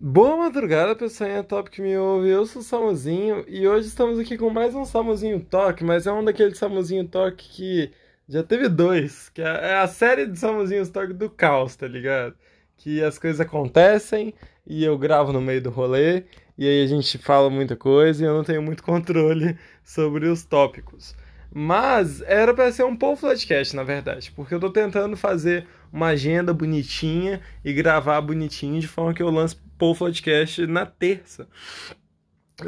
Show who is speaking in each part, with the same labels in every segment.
Speaker 1: Boa madrugada, pessoinha top que me ouve. Eu sou o Samuzinho e hoje estamos aqui com mais um Samuzinho Talk, mas é um daqueles Samuzinho Talk que já teve dois, que é a série de Samuzinhos Talk do caos, tá ligado? Que as coisas acontecem e eu gravo no meio do rolê e aí a gente fala muita coisa e eu não tenho muito controle sobre os tópicos. Mas era pra ser um pouco podcast, na verdade, porque eu tô tentando fazer uma agenda bonitinha e gravar bonitinho de forma que eu lance o podcast na terça.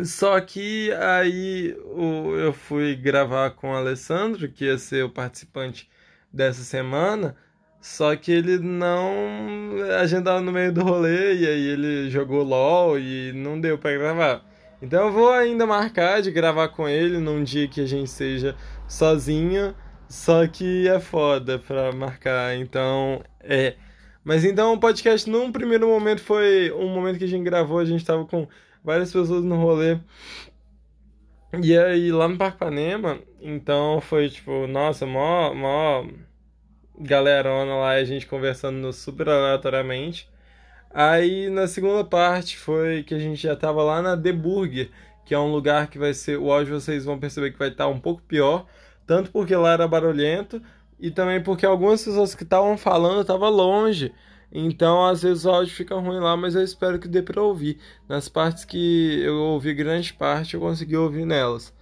Speaker 1: Só que aí o- eu fui gravar com o Alessandro, que ia ser o participante dessa semana, só que ele não agendava no meio do rolê e aí ele jogou LOL e não deu pra gravar. Então eu vou ainda marcar de gravar com ele num dia que a gente seja sozinho, só que é foda pra marcar, então é. Mas então o podcast num primeiro momento foi um momento que a gente gravou, a gente tava com várias pessoas no rolê. E aí lá no Parque Panema, então foi tipo, nossa, mó, mó galerona lá, a gente conversando no- super aleatoriamente. Aí na segunda parte foi que a gente já tava lá na The Burger, que é um lugar que vai ser, o áudio vocês vão perceber que vai estar um pouco pior, tanto porque lá era barulhento e também porque algumas pessoas que estavam falando estavam longe. Então, às vezes o áudio fica ruim lá, mas eu espero que dê pra ouvir. Nas partes que eu ouvi grande parte, eu consegui ouvir nelas.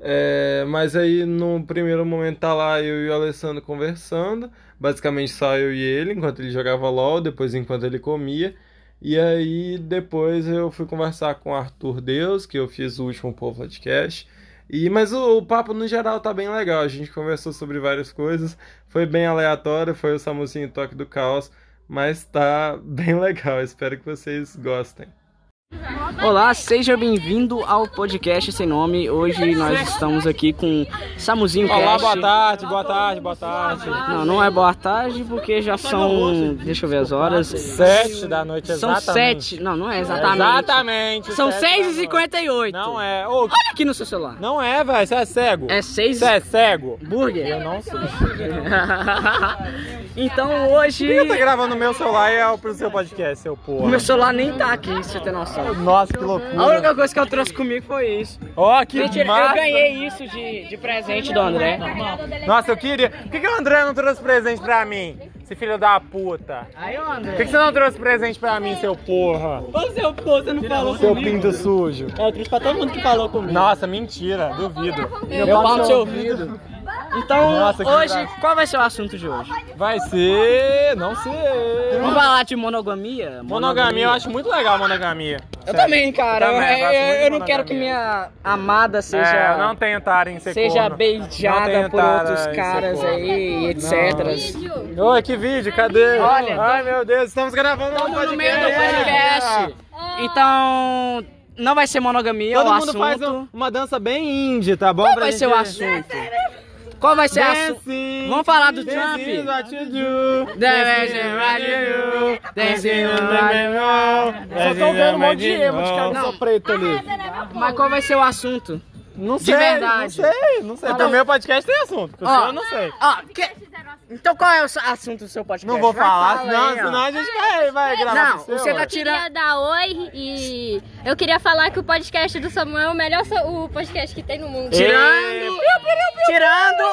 Speaker 1: É, mas aí no primeiro momento tá lá eu e o Alessandro conversando, basicamente só eu e ele, enquanto ele jogava LOL, depois enquanto ele comia. E aí depois eu fui conversar com o Arthur Deus, que eu fiz o último Povo Podcast. E, mas o, o papo no geral tá bem legal, a gente conversou sobre várias coisas, foi bem aleatório, foi o Samuzinho Toque do Caos, mas tá bem legal, espero que vocês gostem.
Speaker 2: Olá, seja bem-vindo ao podcast sem nome. Hoje nós estamos aqui com Samuzinho Cast.
Speaker 1: tarde, boa tarde, boa tarde.
Speaker 2: Não, não é boa tarde porque já são, deixa eu ver as horas.
Speaker 1: Sete da noite
Speaker 2: São sete, não, não é exatamente.
Speaker 1: Exatamente.
Speaker 2: São
Speaker 1: sete
Speaker 2: seis
Speaker 1: da
Speaker 2: e
Speaker 1: noite.
Speaker 2: cinquenta e oito.
Speaker 1: Não é. Ô,
Speaker 2: Olha aqui no seu celular.
Speaker 1: não é, velho. Você é cego.
Speaker 2: É seis
Speaker 1: Você é cego.
Speaker 2: burger.
Speaker 1: Eu não sei.
Speaker 2: então hoje
Speaker 1: Por que tá gravando no meu celular e é pro seu podcast, seu
Speaker 2: o
Speaker 1: porra?
Speaker 2: meu celular nem tá aqui, se você tem noção.
Speaker 1: Nossa, que
Speaker 2: A
Speaker 1: loucura.
Speaker 2: única coisa que eu trouxe comigo foi isso.
Speaker 1: Ó, que
Speaker 2: Mentira,
Speaker 1: massa.
Speaker 2: eu ganhei isso de, de presente do André.
Speaker 1: Nossa, eu queria. Por que, que o André não trouxe presente pra mim? Esse filho da puta.
Speaker 2: Aí, ô
Speaker 1: Por
Speaker 2: André.
Speaker 1: que, que você não trouxe presente pra mim, seu porra?
Speaker 2: Você, você não falou
Speaker 1: Seu pinto sujo.
Speaker 2: É, Eu trouxe pra todo mundo que falou comigo.
Speaker 1: Nossa, mentira. Duvido.
Speaker 2: eu
Speaker 1: eu
Speaker 2: falo
Speaker 1: não.
Speaker 2: no seu ouvido. Então,
Speaker 1: Nossa, que
Speaker 2: hoje,
Speaker 1: graça.
Speaker 2: qual vai ser o assunto de hoje?
Speaker 1: Vai ser. Não sei.
Speaker 2: Vamos falar de monogamia?
Speaker 1: Monogamia, eu acho muito legal monogamia.
Speaker 2: Eu também, cara.
Speaker 1: Eu
Speaker 2: Eu,
Speaker 1: também,
Speaker 2: eu-
Speaker 1: gosto muito de
Speaker 2: eu não quero que
Speaker 1: monogamia.
Speaker 2: minha amada seja,
Speaker 1: É, não tenho tara em ser
Speaker 2: seja
Speaker 1: corno. Não
Speaker 2: beijada
Speaker 1: tenho
Speaker 2: por
Speaker 1: tara em
Speaker 2: outros
Speaker 1: ser
Speaker 2: caras
Speaker 1: corno.
Speaker 2: aí, etc.
Speaker 1: Oi, que vídeo, cadê?
Speaker 2: Olha.
Speaker 1: Ai, meu Deus, estamos gravando um
Speaker 2: Estamos
Speaker 1: podcast.
Speaker 2: no meio do podcast. Então, não vai ser monogamia
Speaker 1: Todo
Speaker 2: o
Speaker 1: mundo
Speaker 2: assunto.
Speaker 1: faz um- uma dança bem indie, tá bom?
Speaker 2: Qual
Speaker 1: Pra
Speaker 2: vai
Speaker 1: gente- É,
Speaker 2: ser o assunto? Qual vai ser o assunto?
Speaker 1: Dancing.
Speaker 2: Vamos falar do
Speaker 1: Dancing
Speaker 2: Trump?
Speaker 1: what you do,
Speaker 2: Dancing
Speaker 1: dancing
Speaker 2: what
Speaker 1: what
Speaker 2: you
Speaker 1: you do,
Speaker 2: do, dancing
Speaker 1: dancing on
Speaker 2: what
Speaker 1: my own,
Speaker 3: Só
Speaker 1: dancing
Speaker 3: tô vendo
Speaker 1: on
Speaker 3: um
Speaker 1: my
Speaker 3: monte de emo de cara
Speaker 1: own.
Speaker 3: que
Speaker 2: Não.
Speaker 3: só preto ali.
Speaker 2: Mas qual vai ser o assunto?
Speaker 1: Não
Speaker 2: De
Speaker 1: sei,
Speaker 2: verdade. Então-
Speaker 1: não sei, não sei. Pro meu podcast tem assunto, pro
Speaker 2: Ó.
Speaker 1: seu eu não sei.
Speaker 2: Ó, que- Então qual é o assunto do seu podcast?
Speaker 1: Não vou
Speaker 2: Vai,
Speaker 1: falar,
Speaker 2: fala
Speaker 1: senão,
Speaker 2: aí, ó.
Speaker 1: senão a gente vai, vai gravar
Speaker 2: Não,
Speaker 1: pro seu,
Speaker 2: você
Speaker 1: ué.
Speaker 2: tá
Speaker 4: Eu queria
Speaker 2: tirando...
Speaker 4: dar oi e eu queria falar que o podcast do Samuel é o melhor sa- o podcast que tem no mundo.
Speaker 2: Tirando... Tirando...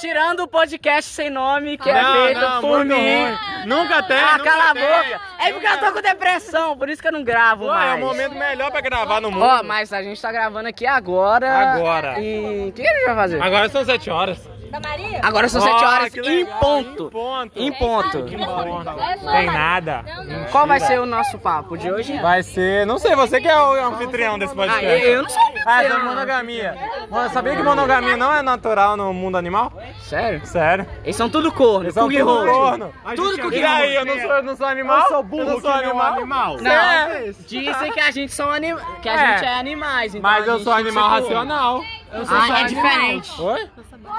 Speaker 2: Tirando o podcast sem nome, que é feito por
Speaker 1: muito
Speaker 2: mim.
Speaker 1: ruim. Nunca tem,
Speaker 2: Ah,
Speaker 1: nunca
Speaker 2: cala a
Speaker 1: tem.
Speaker 2: boca. É porque eu tô com depressão, por isso que eu não gravo
Speaker 1: Pô, é o
Speaker 2: mais.
Speaker 1: momento melhor pra gravar no mundo.
Speaker 2: Ó, mas a gente tá gravando aqui agora.
Speaker 1: Agora.
Speaker 2: E... O que a gente vai fazer?
Speaker 1: Agora são 7 horas.
Speaker 4: Da Maria?
Speaker 2: Agora são
Speaker 1: Ó,
Speaker 2: sete horas
Speaker 1: que
Speaker 2: em
Speaker 1: legal, Em
Speaker 2: ponto.
Speaker 1: ponto.
Speaker 2: Em ponto.
Speaker 1: Tem nada.
Speaker 2: Qual vai ser o nosso papo de hoje?
Speaker 1: Vai ser. Não sei, você que é o anfitrião desse
Speaker 2: Ah,
Speaker 1: podcast.
Speaker 2: eu eu não sei.
Speaker 1: Ah, essa é monogamia. Mano, sabia que monogamia não é natural no mundo animal?
Speaker 2: Sério?
Speaker 1: Sério.
Speaker 2: Eles são tudo corno.
Speaker 1: Eles são
Speaker 2: Cookie
Speaker 1: tudo
Speaker 2: roll.
Speaker 1: corno.
Speaker 2: Tudo cookie
Speaker 1: E aí, eu não sou, eu não sou animal?
Speaker 3: Eu sou burro
Speaker 1: não sou
Speaker 3: que nem um
Speaker 1: animal.
Speaker 3: animal.
Speaker 1: Você
Speaker 2: Não,
Speaker 1: é.
Speaker 2: dizem que a gente são anim... que a
Speaker 1: É.
Speaker 2: gente é animais, então
Speaker 1: Mas
Speaker 2: a
Speaker 1: eu
Speaker 2: gente
Speaker 1: sou
Speaker 2: tem que
Speaker 1: animal
Speaker 2: ser corno.
Speaker 1: racional.
Speaker 2: Ah, é diferente.
Speaker 1: Oi?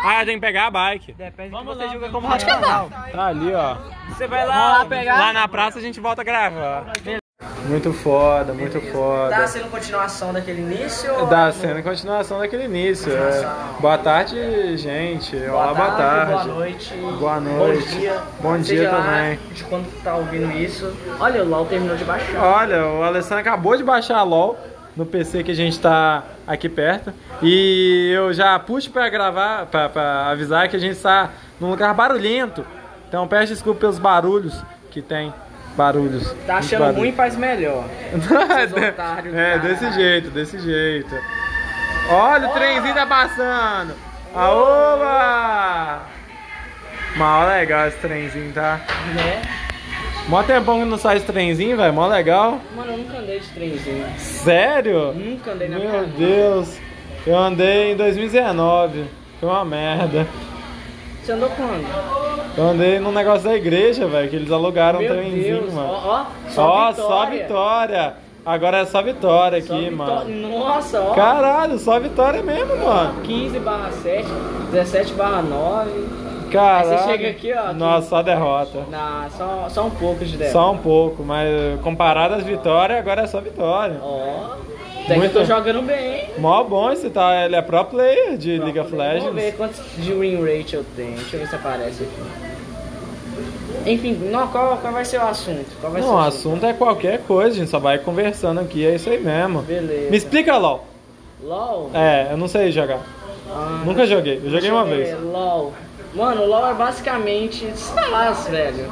Speaker 1: Ah, eu tenho que pegar a bike.
Speaker 2: Vamos você julga como racional.
Speaker 1: Tá ali, ó.
Speaker 2: Você vai lá, pegar.
Speaker 1: Lá na praça a gente volta a gravar. Muito foda, muito
Speaker 2: Beleza. Tá
Speaker 1: foda.
Speaker 2: sendo continuação daquele início? ou-
Speaker 1: Da cena em continuação daquele início. é.
Speaker 2: Continuação.
Speaker 1: Boa tarde, gente. Olá, boa tarde.
Speaker 2: Boa noite.
Speaker 1: Boa noite.
Speaker 2: Bom dia.
Speaker 1: Bom dia
Speaker 2: Seja lá
Speaker 1: também.
Speaker 2: de quando tá ouvindo isso. Olha, o LOL terminou de baixar.
Speaker 1: Olha, o Alessandro acabou de baixar a LOL no PC que a gente tá aqui perto. E eu já puxo pra gravar, pra, pra avisar que a gente tá num lugar barulhento. Então peço desculpa pelos barulhos que tem. Barulhos.
Speaker 2: Tá
Speaker 1: Muito
Speaker 2: achando
Speaker 1: barulho.
Speaker 2: ruim, faz melhor. Esses otários,
Speaker 1: é,
Speaker 2: caralho.
Speaker 1: desse jeito, desse jeito. Olha o trenzinho tá passando. Aoba! Mó legal esse trenzinho, tá?
Speaker 2: Né?
Speaker 1: Mó tempão que não sai esse trenzinho, velho. Mó legal.
Speaker 2: Mano, eu nunca andei de trenzinho.
Speaker 1: Sério?
Speaker 2: Nunca andei na minha
Speaker 1: Meu
Speaker 2: vida.
Speaker 1: Deus. Eu andei em 2019. Foi uma merda.
Speaker 2: Você andou quando?
Speaker 1: Eu andei num negócio da igreja, velho, que eles alugaram
Speaker 2: Meu
Speaker 1: um trenzinho,
Speaker 2: Deus.
Speaker 1: mano.
Speaker 2: Ó, ó, só
Speaker 1: Ó,
Speaker 2: vitória.
Speaker 1: só vitória. Agora é só vitória aqui,
Speaker 2: Só
Speaker 1: mano.
Speaker 2: vitória. Nossa, ó.
Speaker 1: Caralho, só vitória mesmo, mano.
Speaker 2: 15 barra 7, 17 barra 9.
Speaker 1: Caralho.
Speaker 2: Aí você chega aqui, ó, aqui.
Speaker 1: Nossa, só derrota.
Speaker 2: Na, só, só um pouco de 10.
Speaker 1: Só um pouco, mas comparado às vitórias, agora é só vitória.
Speaker 2: Ó. Até que eu
Speaker 1: Muito.
Speaker 2: tô jogando bem, hein?
Speaker 1: Mó bom esse tá, ele é pro player de
Speaker 2: Pra
Speaker 1: League of
Speaker 2: poder- Vamos ver
Speaker 1: Legends.
Speaker 2: quantos de win rate eu tenho. Deixa eu ver se aparece aqui. Enfim, não, qual, qual vai ser o assunto? Qual vai ser
Speaker 1: Não, o assunto é qualquer coisa, a gente só vai conversando aqui, é isso aí mesmo.
Speaker 2: Beleza.
Speaker 1: Me explica, LOL.
Speaker 2: LOL?
Speaker 1: É, eu não sei jogar.
Speaker 2: Ah,
Speaker 1: Nunca joguei, eu
Speaker 2: deixa
Speaker 1: joguei uma
Speaker 2: eu ver,
Speaker 1: vez.
Speaker 2: é, LOL. Mano, LOL é basicamente Salas, velho.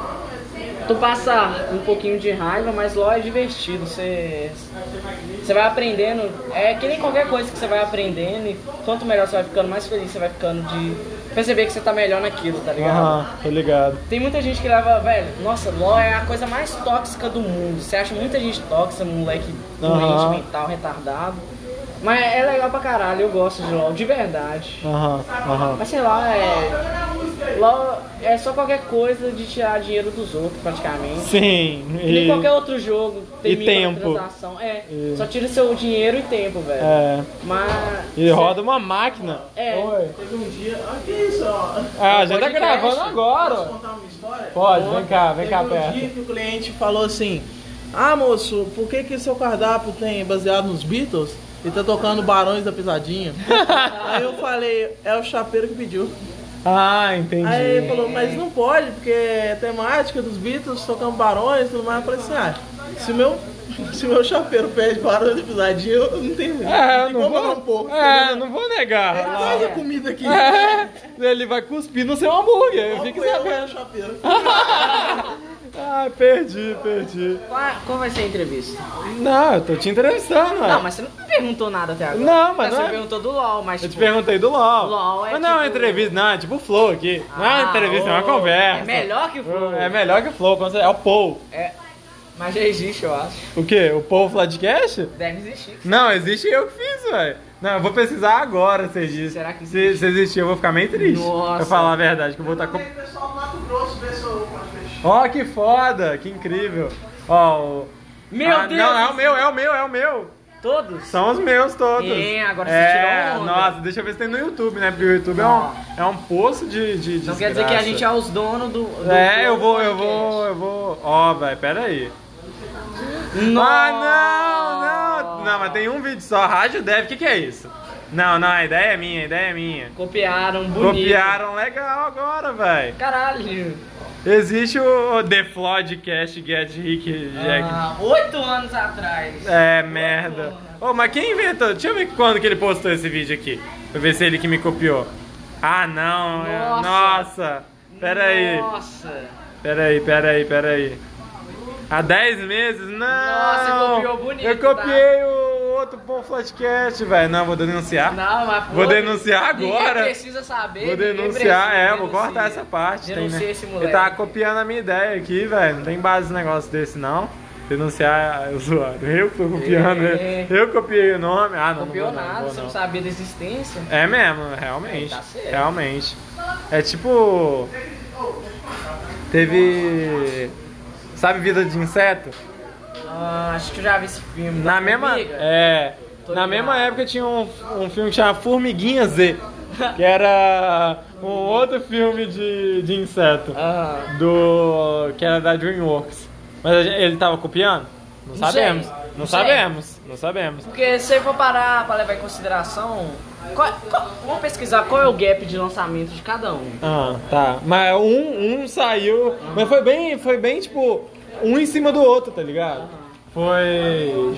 Speaker 2: Tu passa um pouquinho de raiva, mas LOL é divertido. Você você vai aprendendo. É que nem qualquer coisa que você vai aprendendo. E quanto melhor você vai ficando, mais feliz você vai ficando de perceber que você tá melhor naquilo, tá ligado?
Speaker 1: Aham, tô ligado.
Speaker 2: Tem muita gente que leva, velho, nossa, LOL é a coisa mais tóxica do mundo. Você acha muita gente tóxica, um moleque doente,
Speaker 1: Aham.
Speaker 2: mental, retardado. Mas é legal pra caralho, eu gosto de LOL, de verdade.
Speaker 1: Aham, aham.
Speaker 2: Mas sei lá, é. LOL é só qualquer coisa de tirar dinheiro dos outros, praticamente.
Speaker 1: Sim,
Speaker 2: E... Nem
Speaker 1: e.
Speaker 2: qualquer outro jogo tem
Speaker 1: e tempo.
Speaker 2: microtransação. É,
Speaker 1: E-
Speaker 2: só tira seu dinheiro e tempo, velho.
Speaker 1: É.
Speaker 2: Mas.
Speaker 1: E roda uma máquina.
Speaker 2: um É.
Speaker 1: Oi.
Speaker 3: Teve um dia. Ah, que isso, ó.
Speaker 1: Ah, já tá
Speaker 2: Podcast.
Speaker 1: gravando agora.
Speaker 3: Contar uma história.
Speaker 1: Pode, vem cá, vem cá
Speaker 3: Teve um
Speaker 1: perto.
Speaker 3: dia que o cliente falou assim: Ah, moço, por que que seu cardápio tem baseado nos Beatles e tá tocando Barões da Pisadinha? Aí eu falei: É o chapeiro que pediu.
Speaker 1: Ah, entendi.
Speaker 3: Aí ele falou: Mas não pode, porque é temática dos Beatles, tocando Barões e tudo mais. Eu falei assim: Ah, se o meu. Se o meu chapeiro pede barões da pisadinha, eu não tenho.
Speaker 1: É, eu
Speaker 3: tem
Speaker 1: não
Speaker 3: como
Speaker 1: vou,
Speaker 2: um
Speaker 3: eu não pôr.
Speaker 2: né?
Speaker 1: é, eu
Speaker 3: entendeu?
Speaker 1: não vou
Speaker 3: Ele
Speaker 1: negar.
Speaker 3: faz a comida aqui.
Speaker 1: É, ele vai cuspir no seu hambúrguer, eu
Speaker 3: Ou
Speaker 1: fico
Speaker 3: eu ou
Speaker 1: sabendo.
Speaker 3: o chapeiro.
Speaker 1: Ah, perdi, perdi.
Speaker 2: Qual, é- qual vai ser a entrevista?
Speaker 1: Não, eu tô te entrevistando, ué.
Speaker 2: Não, mas você não perguntou nada até agora.
Speaker 1: Não, mas
Speaker 2: Tá,
Speaker 1: não
Speaker 2: Você
Speaker 1: é-
Speaker 2: perguntou do LOL, mas.
Speaker 1: Eu te
Speaker 2: tipo,
Speaker 1: perguntei do LOL.
Speaker 2: LOL é
Speaker 1: mas não é uma
Speaker 2: tipo-
Speaker 1: entrevista, não, é tipo o Flow aqui. não é uma
Speaker 2: Ah,
Speaker 1: entrevista, é uma
Speaker 2: ô,
Speaker 1: conversa.
Speaker 2: É melhor que o Flow.
Speaker 1: É melhor que o Flow, com certeza. é o Paul.
Speaker 2: É, mas já existe, eu acho.
Speaker 1: O quê? O Paul Flatcast?
Speaker 2: Deve existir.
Speaker 1: Não, existe eu que fiz, velho. Não, eu vou pesquisar agora se existe.
Speaker 2: Será que
Speaker 1: se, se existir, eu vou ficar meio triste.
Speaker 2: Nossa.
Speaker 1: Pra falar a verdade, que eu vou estar com.
Speaker 3: Aí o pessoal do Mato Grosso, pessoal, pode fechar.
Speaker 1: Ó, que foda, que incrível. Ó, o...
Speaker 2: Meu
Speaker 1: Ah,
Speaker 2: Deus!
Speaker 1: Não, é o meu, é o meu, é o meu.
Speaker 2: Todos?
Speaker 1: São os meus todos.
Speaker 2: É, agora você
Speaker 1: é,
Speaker 2: tirou onda.
Speaker 1: Nossa, deixa eu ver se tem no YouTube, né? Porque o YouTube é um, é um poço de, de
Speaker 2: Não quer dizer que a gente é
Speaker 1: desgraça.
Speaker 2: os donos do. do
Speaker 1: É,
Speaker 2: do
Speaker 1: eu vou, eu
Speaker 2: podcast.
Speaker 1: vou, eu vou. Ó, velho, pera aí.
Speaker 2: Nossa.
Speaker 1: Ah, não, não. Não, mas tem um vídeo só. Rádio Dev, o que, que é isso? Não, não, a ideia é minha, a ideia é minha.
Speaker 2: Copiaram, bonito.
Speaker 1: Copiaram legal agora, velho.
Speaker 2: Caralho.
Speaker 1: Existe o The Floodcast Get Rick Jack.
Speaker 2: Ah, Oito anos atrás.
Speaker 1: É, merda. Ô, mas quem inventou? Deixa eu ver quando que ele postou esse vídeo aqui. Pra ver se é ele que me copiou. Ah, não. é-
Speaker 2: Nossa.
Speaker 1: Nossa. Pera aí.
Speaker 2: Nossa.
Speaker 1: Pera aí, pera aí, pera aí. Há 10 meses? Não.
Speaker 2: Nossa, copiou bonito, tá?
Speaker 1: Eu copiei o outro Pão Flatcast, velho. Não, vou denunciar.
Speaker 2: Não, mas
Speaker 1: Vou denunciar
Speaker 2: ninguém
Speaker 1: agora.
Speaker 2: precisa saber.
Speaker 1: Vou
Speaker 2: ninguém
Speaker 1: denunciar,
Speaker 2: precisa,
Speaker 1: é, vou
Speaker 2: denuncia.
Speaker 1: cortar essa parte. tem,
Speaker 2: Denuncia
Speaker 1: né?
Speaker 2: esse moleque.
Speaker 1: Ele tá copiando a minha ideia aqui, velho. Não tem base no negócio desse, não. Denunciar é usuário. Eu que tô copiando. né?
Speaker 2: É.
Speaker 1: Eu, eu copiei o nome. Ah, não. não
Speaker 2: Copiou
Speaker 1: vou não,
Speaker 2: nada,
Speaker 1: vou
Speaker 2: você não
Speaker 1: não.
Speaker 2: sabia da existência.
Speaker 1: É mesmo, realmente.
Speaker 2: É, tá certo.
Speaker 1: Realmente. É tipo. Teve. Sabe Vida de Inseto?
Speaker 2: Ah, acho que eu já vi esse filme.
Speaker 1: Na
Speaker 2: Da
Speaker 1: mesma.
Speaker 2: formiga.
Speaker 1: É.
Speaker 2: Tô
Speaker 1: Na
Speaker 2: ligado.
Speaker 1: mesma época tinha um, um filme que chamava Formiguinha Z. Que era um outro filme de, de inseto.
Speaker 2: Ah,
Speaker 1: do que era da DreamWorks. Mas ele tava copiando?
Speaker 5: Não
Speaker 2: sei.
Speaker 5: sabemos. Não
Speaker 2: Não sei.
Speaker 5: sabemos. Não sabemos.
Speaker 2: Porque se eu for parar pra levar em consideração, qual- qual- vamos pesquisar qual é o gap de lançamento de cada um.
Speaker 5: Ah, tá. Mas um, um saiu. Mas foi bem, foi bem tipo, um em cima do outro, tá ligado? Foi.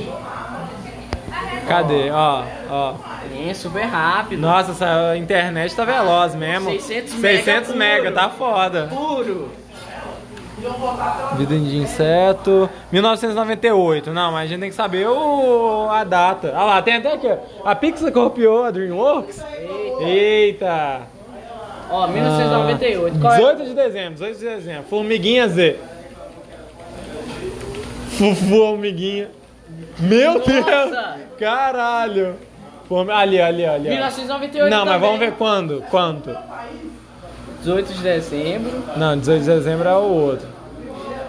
Speaker 5: Cadê? Ó, ó.
Speaker 2: É super rápido.
Speaker 5: Nossa, essa internet tá veloz mesmo.
Speaker 2: 600 Ah, mega
Speaker 5: 600 mega,
Speaker 2: puro.
Speaker 5: tá foda.
Speaker 2: Puro.
Speaker 5: Vida de inseto. 1998. Não, mas a gente tem que saber o, a data. Ah lá, tem até aqui. ó. A Pixar copiou a DreamWorks? Eita.
Speaker 2: Ó, 1998.
Speaker 5: Ah,
Speaker 2: Qual é?
Speaker 5: 18 de dezembro, 18 de dezembro. Formiguinha Z. Fu- Formiguinha. Meu
Speaker 2: Nossa!
Speaker 5: Deus! Caralho! Formi- Ali, ali, ali. ó.
Speaker 2: 1998
Speaker 5: Não, mas
Speaker 2: também.
Speaker 5: vamos ver quando? Quanto?
Speaker 2: 18 de dezembro.
Speaker 5: Não, 18 de dezembro é o outro.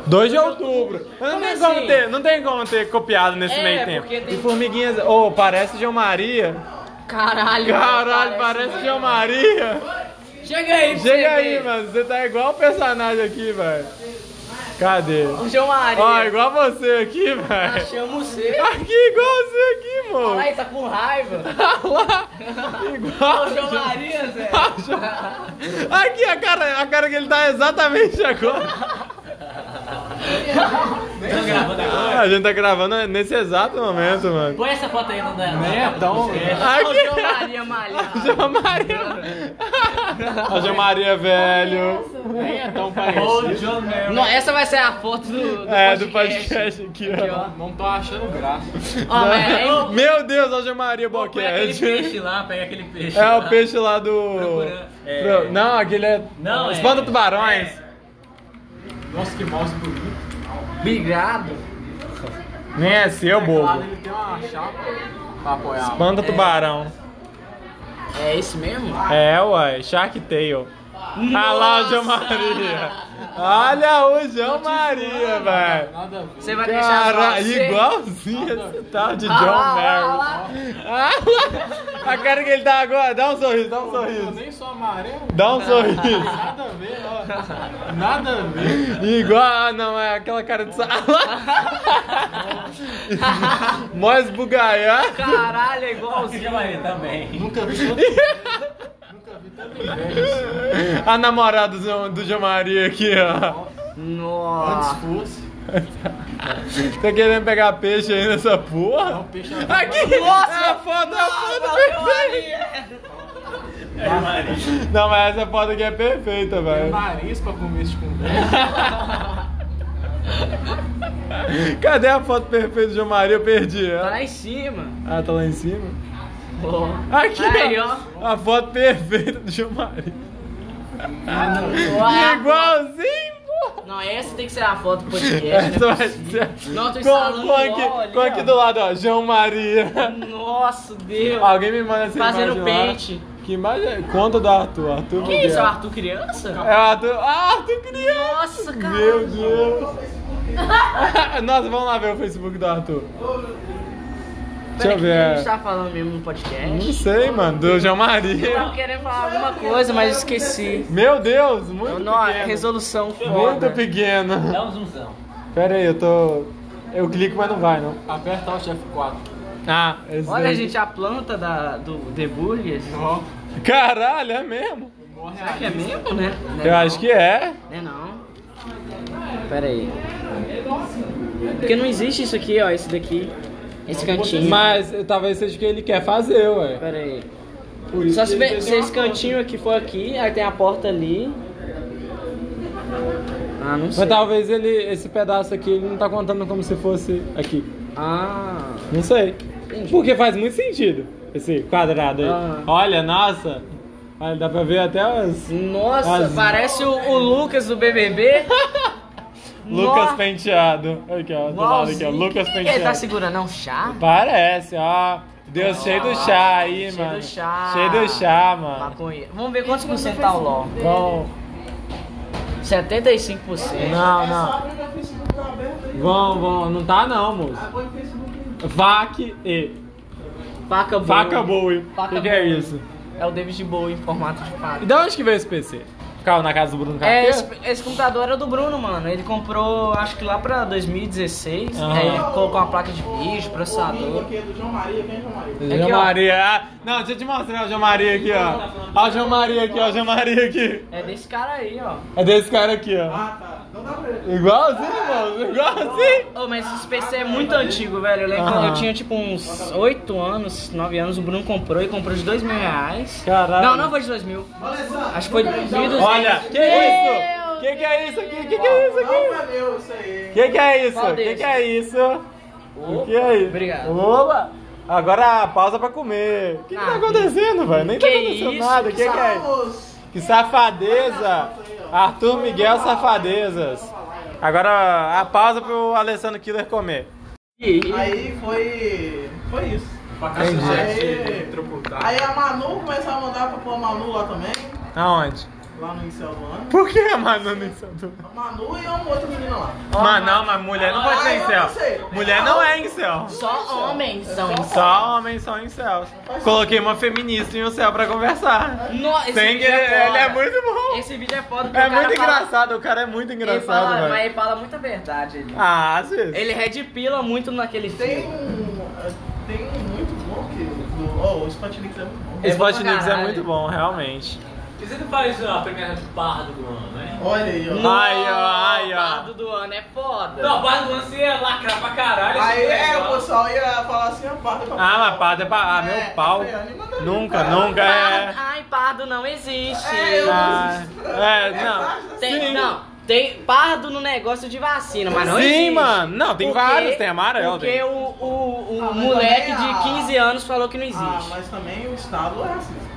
Speaker 5: 2 de outubro. Ah, Não
Speaker 2: Como
Speaker 5: tem,
Speaker 2: assim?
Speaker 5: como ter, não tem como ter copiado nesse
Speaker 2: É,
Speaker 5: meio tempo.
Speaker 2: porque tem-
Speaker 5: E formiguinhas. Ô, parece João Maria.
Speaker 2: Caralho.
Speaker 5: Caralho, parece João Maria.
Speaker 2: Chega aí, pra você
Speaker 5: Chega aí,
Speaker 2: ver.
Speaker 5: mano. Você tá igual o personagem aqui, velho. Cadê?
Speaker 2: O João Maria.
Speaker 5: Ó, igual você aqui, velho.
Speaker 2: Chama você.
Speaker 5: Aqui, igual você aqui, mano.
Speaker 2: Ai, tá com raiva.
Speaker 5: lá. Igual.
Speaker 2: Ô, João Maria, Zé.
Speaker 5: Aqui a cara, a cara que ele tá exatamente agora. Ah, a gente tá gravando nesse exato momento, mano.
Speaker 1: Põe essa foto aí no da.
Speaker 5: é
Speaker 1: Né?
Speaker 2: Ô, João
Speaker 5: Aqui.
Speaker 2: Maria Malhar.
Speaker 5: A João Maria. A João Maria velho. Nem é tão
Speaker 1: Ô, John Mayer.
Speaker 2: Não, essa vai ser a foto do, do
Speaker 5: É,
Speaker 2: podcast.
Speaker 5: do podcast aqui, ó.
Speaker 2: ó.
Speaker 1: Não tô achando graça.
Speaker 2: Ó, mas é aí-
Speaker 5: né? Meu Deus, a João Maria
Speaker 1: Pega aquele
Speaker 5: Boquete.
Speaker 1: peixe lá, pega aquele peixe.
Speaker 5: É
Speaker 1: lá.
Speaker 5: o peixe lá do.
Speaker 1: Procurando, é.
Speaker 5: Pro- Não, aquele é.
Speaker 1: Não, é-
Speaker 5: Espanta tubarões.
Speaker 1: Nossa, que mouse bonito.
Speaker 2: Obrigado.
Speaker 5: Nem é seu,
Speaker 1: Tá
Speaker 5: bobo.
Speaker 1: ele tem uma chapa pra apoiar.
Speaker 5: Espanta tubarão.
Speaker 2: É esse mesmo?
Speaker 5: É, uai, Shark Tale. Ah lá o João Maria. Olha o João Maria, velho.
Speaker 1: Nada a ver.
Speaker 2: Você vai deixar as
Speaker 5: Cara,
Speaker 2: fotos pra você?
Speaker 5: igualzinho esse tal de John
Speaker 2: Ah lá, ah lá,
Speaker 5: Merrill. Ah, lá. A cara que ele tá agora, dá um sorriso, dá um sorriso.
Speaker 1: Nem sou amarelo. né?
Speaker 5: Dá um sorriso.
Speaker 1: Nada a ver, ó. Nada a ver.
Speaker 5: Igual, ah, não, é aquela cara de sala. Mó esbugaiado.
Speaker 2: Caralho, é igualzinho.
Speaker 1: João Maria também. Nunca vi.
Speaker 5: A namorada do, do João Maria aqui, ó.
Speaker 2: Nossa.
Speaker 1: Fosse.
Speaker 5: Tá querendo pegar peixe aí nessa porra?
Speaker 1: peixe
Speaker 5: Aqui! Nossa! É a foto, é a foto perfeita!
Speaker 1: É nariz.
Speaker 5: Não, mas essa foto aqui é perfeita, velho.
Speaker 1: Nariz pra comer de conversa.
Speaker 5: Cadê a foto perfeita do João Maria? Eu perdi
Speaker 2: Tá
Speaker 5: ela.
Speaker 2: lá em cima.
Speaker 5: Ah, tá lá em cima?
Speaker 2: Ó.
Speaker 5: Aqui,
Speaker 2: Aí,
Speaker 5: ó.
Speaker 2: ó.
Speaker 5: A foto perfeita um do João Maria.
Speaker 2: Uau.
Speaker 5: Igualzinho, pô!
Speaker 2: Não, essa tem que ser a foto do podcast, né?
Speaker 5: Essa vai ser.
Speaker 2: Não, tô
Speaker 5: Com,
Speaker 2: instalando
Speaker 5: com,
Speaker 2: o LOL
Speaker 5: aqui,
Speaker 2: ali,
Speaker 5: com aqui
Speaker 2: ó.
Speaker 5: do Ah, lado, ó. João Maria.
Speaker 2: Nossa, Deus.
Speaker 5: Alguém me manda essa
Speaker 2: Fazendo
Speaker 5: imagem lá.
Speaker 2: pente.
Speaker 5: Que imagem é? Conta do Arthur. Arthur
Speaker 2: Que isso, é o
Speaker 5: Miguel.
Speaker 2: Arthur criança?
Speaker 5: É o Arthur. Ah, Arthur criança!
Speaker 2: Nossa, cara.
Speaker 5: Meu Deus! Nossa, vamos lá ver o Facebook do Arthur.
Speaker 2: Peraí,
Speaker 5: Deixa eu
Speaker 2: o que a
Speaker 5: ver.
Speaker 2: gente tá falando mesmo no podcast?
Speaker 5: Não sei, mano. Do João
Speaker 2: Eu tava
Speaker 5: Maria.
Speaker 2: querendo falar alguma coisa, mas esqueci.
Speaker 5: Meu Deus, muito
Speaker 2: Não,
Speaker 5: pequeno.
Speaker 2: resolução foda.
Speaker 5: Muito pequeno.
Speaker 1: Dá um zoomzão.
Speaker 5: Pera aí, eu tô... Eu clico, mas não vai, não.
Speaker 1: Aperta o F4.
Speaker 5: Ah, esse
Speaker 2: Olha,
Speaker 5: daí.
Speaker 2: gente, a planta da, do The Burgers.
Speaker 1: Ó.
Speaker 5: Caralho, é mesmo?
Speaker 2: Será que é mesmo, né? Né
Speaker 5: Eu
Speaker 2: não?
Speaker 5: acho que é.
Speaker 2: Né não? Pera aí. Porque não existe isso aqui, ó, esse daqui. Esse cantinho.
Speaker 5: Mas eh, talvez seja o que ele quer fazer, ué.
Speaker 2: Pera aí.
Speaker 5: Por isso
Speaker 2: Só se,
Speaker 5: que
Speaker 2: vê-
Speaker 5: ele tem
Speaker 2: se
Speaker 5: uma
Speaker 2: esse
Speaker 5: conta.
Speaker 2: cantinho aqui for aqui, aí tem a porta ali. Ah, não sei.
Speaker 5: Mas talvez ele, esse pedaço aqui, ele não tá contando como se fosse aqui.
Speaker 2: Ah.
Speaker 5: Não sei. Porque faz muito sentido esse quadrado aí.
Speaker 2: Ah.
Speaker 5: Olha, nossa. Olha, dá pra ver até os
Speaker 2: Nossa,
Speaker 5: As-
Speaker 2: parece o, o Lucas do BBB.
Speaker 5: Lucas
Speaker 2: Nossa.
Speaker 5: Penteado. Aqui, ó. Do lado aqui, ó.
Speaker 2: Igualzinho.
Speaker 5: Lucas
Speaker 2: Quem que Ele tá
Speaker 5: Penteado.
Speaker 2: segurando, não? Chá?
Speaker 5: Parece, ó. Deus cheio do chá aí,
Speaker 2: Cheio
Speaker 5: mano.
Speaker 2: do chá.
Speaker 5: Cheio do chá, mano.
Speaker 2: Maconha. Vamos ver quantos por cento tá o LOL.
Speaker 5: Vão.
Speaker 2: 75%.
Speaker 3: É
Speaker 5: Não, não. Vão, vão. Não tá não, moço. Vac e.
Speaker 2: Faca boa.
Speaker 5: Vaca boa. O
Speaker 2: Faca
Speaker 5: que, que é
Speaker 2: boa.
Speaker 5: isso?
Speaker 2: É o David Bowie em formato de faca.
Speaker 5: E da onde que veio esse PC? Ficava na casa do Bruno
Speaker 2: É,
Speaker 5: Carteiro?
Speaker 2: esse, esse computador era do Bruno, mano. Ele comprou, acho que lá pra 2016.
Speaker 5: Aham.
Speaker 2: Aí ele colocou uma placa de vídeo, processador.
Speaker 3: Aqui é do João Maria, quem é João Maria?
Speaker 5: João
Speaker 2: aqui, ó.
Speaker 5: Maria. Ah, não, deixa eu te mostrar o João Maria aqui, ó. Ó o João Maria aqui, ó o João Maria aqui.
Speaker 2: É desse cara aí, ó.
Speaker 5: É desse cara aqui, ó.
Speaker 3: Ah, tá. Não dá pra ele.
Speaker 5: Igualzinho, mano. Igualzinho.
Speaker 2: Ô, mas esse PC é muito antigo, velho. Eu lembro
Speaker 5: Aham.
Speaker 2: quando eu tinha tipo uns 8 anos, 9 anos, o Bruno comprou e comprou de 2 mil reais.
Speaker 5: Caralho.
Speaker 2: Não, não foi de 2 mil. Acho que foi de 1.200.
Speaker 5: Olha, que isso? Que que é isso aqui? Que que é isso
Speaker 3: Não
Speaker 5: aqui?
Speaker 3: é meu isso aí.
Speaker 5: Que que é isso?
Speaker 2: Qual
Speaker 5: Que
Speaker 2: desses?
Speaker 5: que é isso? O que é isso?
Speaker 2: obrigado.
Speaker 5: Oba! Agora pausa pra comer. O que, que tá
Speaker 2: Ah,
Speaker 5: acontecendo, velho? Nem tá
Speaker 2: que
Speaker 5: acontecendo
Speaker 2: isso?
Speaker 5: nada.
Speaker 2: Que
Speaker 5: que, que é isso?
Speaker 3: Vamos.
Speaker 5: Que safadeza! Arthur Miguel Safadezas. Agora a pausa pro Alessandro Killer comer.
Speaker 2: E-
Speaker 3: Aí foi. Foi isso.
Speaker 6: Aí, eletrocutado.
Speaker 3: Aí a Manu começou a mandar pra pôr a Manu lá também,
Speaker 5: Aonde?
Speaker 3: lá no inicial do ano.
Speaker 5: Por que, mano, não incel?
Speaker 3: A Manu e uma outra menina lá.
Speaker 5: Mas não, mas mulher não pode
Speaker 3: Ah,
Speaker 5: ser
Speaker 3: eu não
Speaker 5: incel.
Speaker 3: sei.
Speaker 5: Mulher não é incel.
Speaker 2: Só homens são isso.
Speaker 5: Só homens são incels. Coloquei uma feminista em um céu pra conversar. Tem que, ele é muito bom.
Speaker 2: Esse vídeo é foda. porque
Speaker 5: É
Speaker 2: o cara
Speaker 5: muito
Speaker 2: fala-
Speaker 5: engraçado, o cara é muito
Speaker 2: Ele fala,
Speaker 5: engraçado,
Speaker 2: mas
Speaker 5: velho.
Speaker 2: ele fala muita verdade. Ele,
Speaker 5: Ah, às vezes.
Speaker 2: ele redpila muito naquele
Speaker 3: Tem
Speaker 2: filme.
Speaker 3: um. Tem um muito bom que. Do, oh, o Spotnix é muito bom.
Speaker 5: Esse
Speaker 2: bom pra
Speaker 5: Spotnix é
Speaker 2: caralho.
Speaker 5: muito bom, realmente.
Speaker 6: E você não faz a primeira barra do ano, né?
Speaker 3: Olha aí, ó.
Speaker 5: Não. Ai, ó, ai, ó.
Speaker 2: Bardo do ano é foda.
Speaker 6: Não, a barra do ano você ia lacrar pra caralho.
Speaker 3: Aí
Speaker 6: isso
Speaker 3: é,
Speaker 6: legal.
Speaker 3: o pessoal ia falar assim, a parda pra
Speaker 5: Ah, mas pá, é pá. Ah,
Speaker 3: É,
Speaker 5: meu pau.
Speaker 3: é, me manda aí,
Speaker 5: Nunca,
Speaker 3: cara.
Speaker 2: Bardo-
Speaker 5: nunca é.
Speaker 2: Ai, pardo não existe.
Speaker 3: É, eu-
Speaker 5: Ah, é, não.
Speaker 2: Tem,
Speaker 5: Sim.
Speaker 2: Não, tem pardo no negócio de vacina, mas não
Speaker 5: Sim,
Speaker 2: existe.
Speaker 5: mano. Não, tem vários, tem amarelo,
Speaker 2: Porque
Speaker 5: tem.
Speaker 2: o, o, o
Speaker 3: Ah, mas
Speaker 2: moleque
Speaker 3: também
Speaker 2: de
Speaker 3: a-
Speaker 2: 15 anos falou que não
Speaker 3: Ah,
Speaker 2: existe.
Speaker 3: mas também o Estado é racista.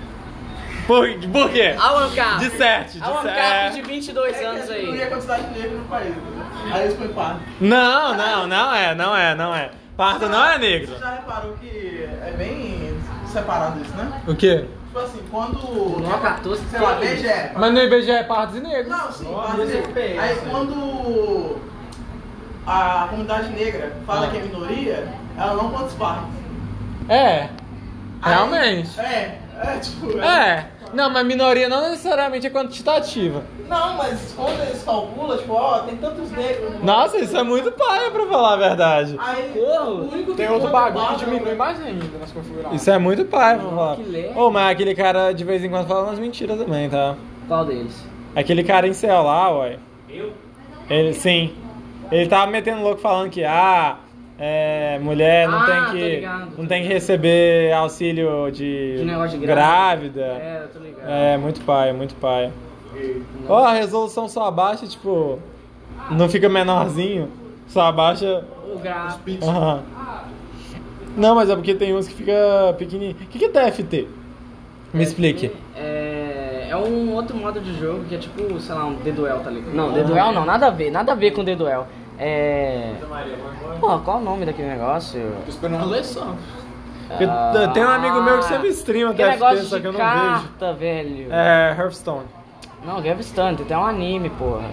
Speaker 5: Por, por quê?
Speaker 2: Ah, o ANCAP.
Speaker 5: De sete, de
Speaker 2: Ah, o
Speaker 5: sete.
Speaker 2: ANCAP de 22 anos
Speaker 3: É que diminuir a
Speaker 2: aí.
Speaker 3: quantidade de negro no país. entendeu? Aí eles foi pardo.
Speaker 5: Não, não, não é, não é, não é. Pardo não é negro.
Speaker 3: Você já reparou que é bem separado isso, né?
Speaker 5: O quê?
Speaker 3: Tipo assim, quando.
Speaker 2: Nó 14,
Speaker 3: sei lá,
Speaker 2: que isso?
Speaker 3: BGE.
Speaker 5: no IBGE é pardos e negros.
Speaker 3: Não, sim,
Speaker 6: Nossa,
Speaker 7: é
Speaker 3: pardo negro.
Speaker 6: DCPS,
Speaker 3: Aí
Speaker 6: né?
Speaker 3: quando a comunidade negra fala
Speaker 5: Ah.
Speaker 3: que é minoria, ela não conta os pardos.
Speaker 5: É,
Speaker 3: Aí- É, é tipo.
Speaker 5: Não, mas minoria não necessariamente é quantitativa.
Speaker 3: Não, mas quando eles calculam, tipo, ó, tem tantos negros. no-
Speaker 5: Nossa, isso é muito paia pra falar a verdade.
Speaker 3: Aí,
Speaker 2: Socorro.
Speaker 3: o único que
Speaker 7: Tem outro bagulho que
Speaker 3: bardo é o
Speaker 7: diminui mais ainda nas configurações.
Speaker 5: Isso é muito paia pra falar.
Speaker 2: que leve.
Speaker 5: Ô, mas aquele cara de vez em quando fala umas mentiras também, tá?
Speaker 2: Qual deles?
Speaker 5: Aquele cara em céu lá, ué.
Speaker 6: Eu?
Speaker 5: Ele, sim. Ele tava metendo louco falando que, ah, é, mulher não
Speaker 2: Ah,
Speaker 5: tem
Speaker 2: tô
Speaker 5: que
Speaker 2: ligado,
Speaker 5: não
Speaker 2: tô
Speaker 5: tem que receber auxílio de,
Speaker 2: De negócio de
Speaker 5: grávida.
Speaker 2: É, eu tô ligado.
Speaker 5: É, muito pai, muito pai. Ó, a resolução só abaixa, tipo, não fica menorzinho, só abaixa.
Speaker 2: O grau.
Speaker 5: Aham. Não, mas é porque tem uns que fica pequenininho. O que, que é TFT? Me explique.
Speaker 2: É, é um outro modo de jogo que é tipo, sei lá, um The Duel, tá ligado? Não, The Duel não, nada a ver, nada a ver com The Duel. É. Pô, qual o nome daquele negócio?
Speaker 5: Eu- eu- tem um amigo meu que sempre streama
Speaker 2: Aquele
Speaker 5: TFT,
Speaker 2: Ah. negócio
Speaker 5: só que
Speaker 2: de
Speaker 5: eu não
Speaker 2: carta, velho.
Speaker 5: É, Hearthstone.
Speaker 2: Não, Game Stunt, tem um anime, porra.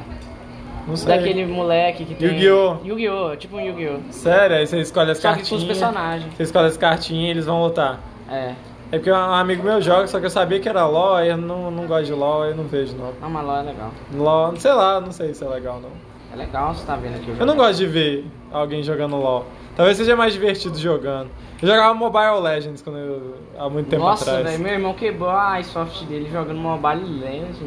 Speaker 2: Um
Speaker 5: Não sei.
Speaker 2: Daquele moleque que tem.
Speaker 5: Yu-Gi-Oh!
Speaker 2: Yu-Gi-Oh! Tipo um Yu-Gi-Oh!
Speaker 5: Sério, aí você escolhe as
Speaker 2: Só que
Speaker 5: cartinhas.
Speaker 2: com os personagens.
Speaker 5: Você escolhe as cartinhas e eles vão lutar.
Speaker 2: É.
Speaker 5: É porque um amigo meu joga, só que eu sabia que era LOL, aí eu não, não gosto de LOL, aí eu não vejo não.
Speaker 2: Não, mas lá é legal.
Speaker 5: LOL, sei lá, não sei se é legal não.
Speaker 2: É legal, você tá vendo aqui o jogo.
Speaker 5: Eu não gosto de ver alguém jogando LOL. Talvez seja mais divertido jogando. Eu jogava Mobile Legends quando eu, há muito tempo
Speaker 2: Nossa,
Speaker 5: atrás.
Speaker 2: velho, meu irmão quebrou a iSoft dele jogando Mobile Legends.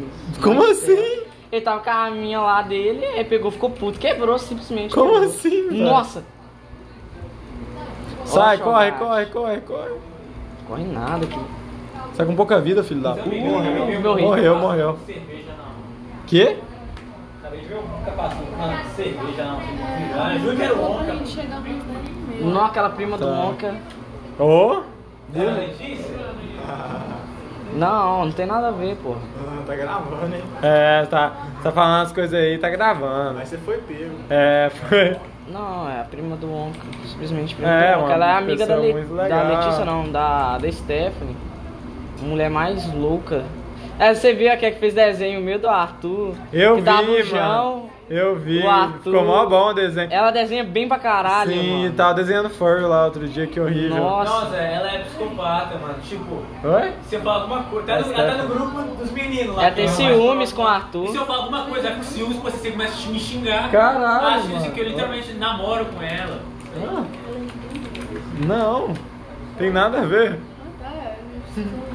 Speaker 5: Como
Speaker 2: Meu
Speaker 5: assim?
Speaker 2: Ele tava com a minha lá dele, aí pegou, ficou puto, quebrou simplesmente.
Speaker 5: Como
Speaker 2: quebrou.
Speaker 5: assim, velho?
Speaker 2: Nossa!
Speaker 5: Sai,
Speaker 2: Nossa,
Speaker 5: corre,
Speaker 2: Nath.
Speaker 5: corre, corre, corre.
Speaker 2: Corre nada aqui.
Speaker 5: Sai com pouca vida, filho da puta.
Speaker 2: Meu rico.
Speaker 5: Morreu, morreu.
Speaker 6: Cerveja na mão.
Speaker 5: Quê?
Speaker 6: Acabei de ver o Cuca passando com uma cerveja na mão. Ah, eu juro que era o Onca.
Speaker 2: Não, aquela prima do
Speaker 5: Tá.
Speaker 2: Monca.
Speaker 5: Ô?
Speaker 6: Era a Letícia?
Speaker 2: Não, não tem nada a ver, porra.
Speaker 7: Tá gravando, hein?
Speaker 5: É, tá, tá falando as coisas aí, tá gravando.
Speaker 7: Mas você foi pego.
Speaker 5: É, foi.
Speaker 2: Não, é a prima do Onca. Simplesmente a prima
Speaker 5: É,
Speaker 2: do Onca.
Speaker 5: uma
Speaker 2: Ela é amiga da,
Speaker 5: pessoa
Speaker 2: Le-
Speaker 5: muito
Speaker 2: da
Speaker 5: legal.
Speaker 2: Letícia, não, da, da Stephanie. Mulher mais é louca. É, você viu aquela que fez desenho meu do Arthur.
Speaker 5: Eu
Speaker 2: que tava
Speaker 5: vi,
Speaker 2: o João,
Speaker 5: Eu vi.
Speaker 2: O Arthur.
Speaker 5: Ficou mó bom o desenho.
Speaker 2: Ela desenha bem pra caralho,
Speaker 5: Sim,
Speaker 2: mano.
Speaker 5: tava desenhando furry lá outro dia, que horrível.
Speaker 2: Nossa.
Speaker 6: Nossa, ela é psicopata, mano. Tipo,
Speaker 5: Oi?
Speaker 6: se eu falar alguma coisa. Tá no, ela tá no grupo dos meninos lá.
Speaker 2: Ela tem
Speaker 6: Mas-
Speaker 2: É ciúmes com o
Speaker 6: E se
Speaker 3: é
Speaker 2: Arthur.
Speaker 6: eu falar alguma coisa, ela fica com ciúmes, pô, você começa a me xingar.
Speaker 5: Caralho,
Speaker 6: Acho isso
Speaker 5: mano.
Speaker 6: que eu literalmente namoro com ela.
Speaker 5: Não. Tem nada a ver.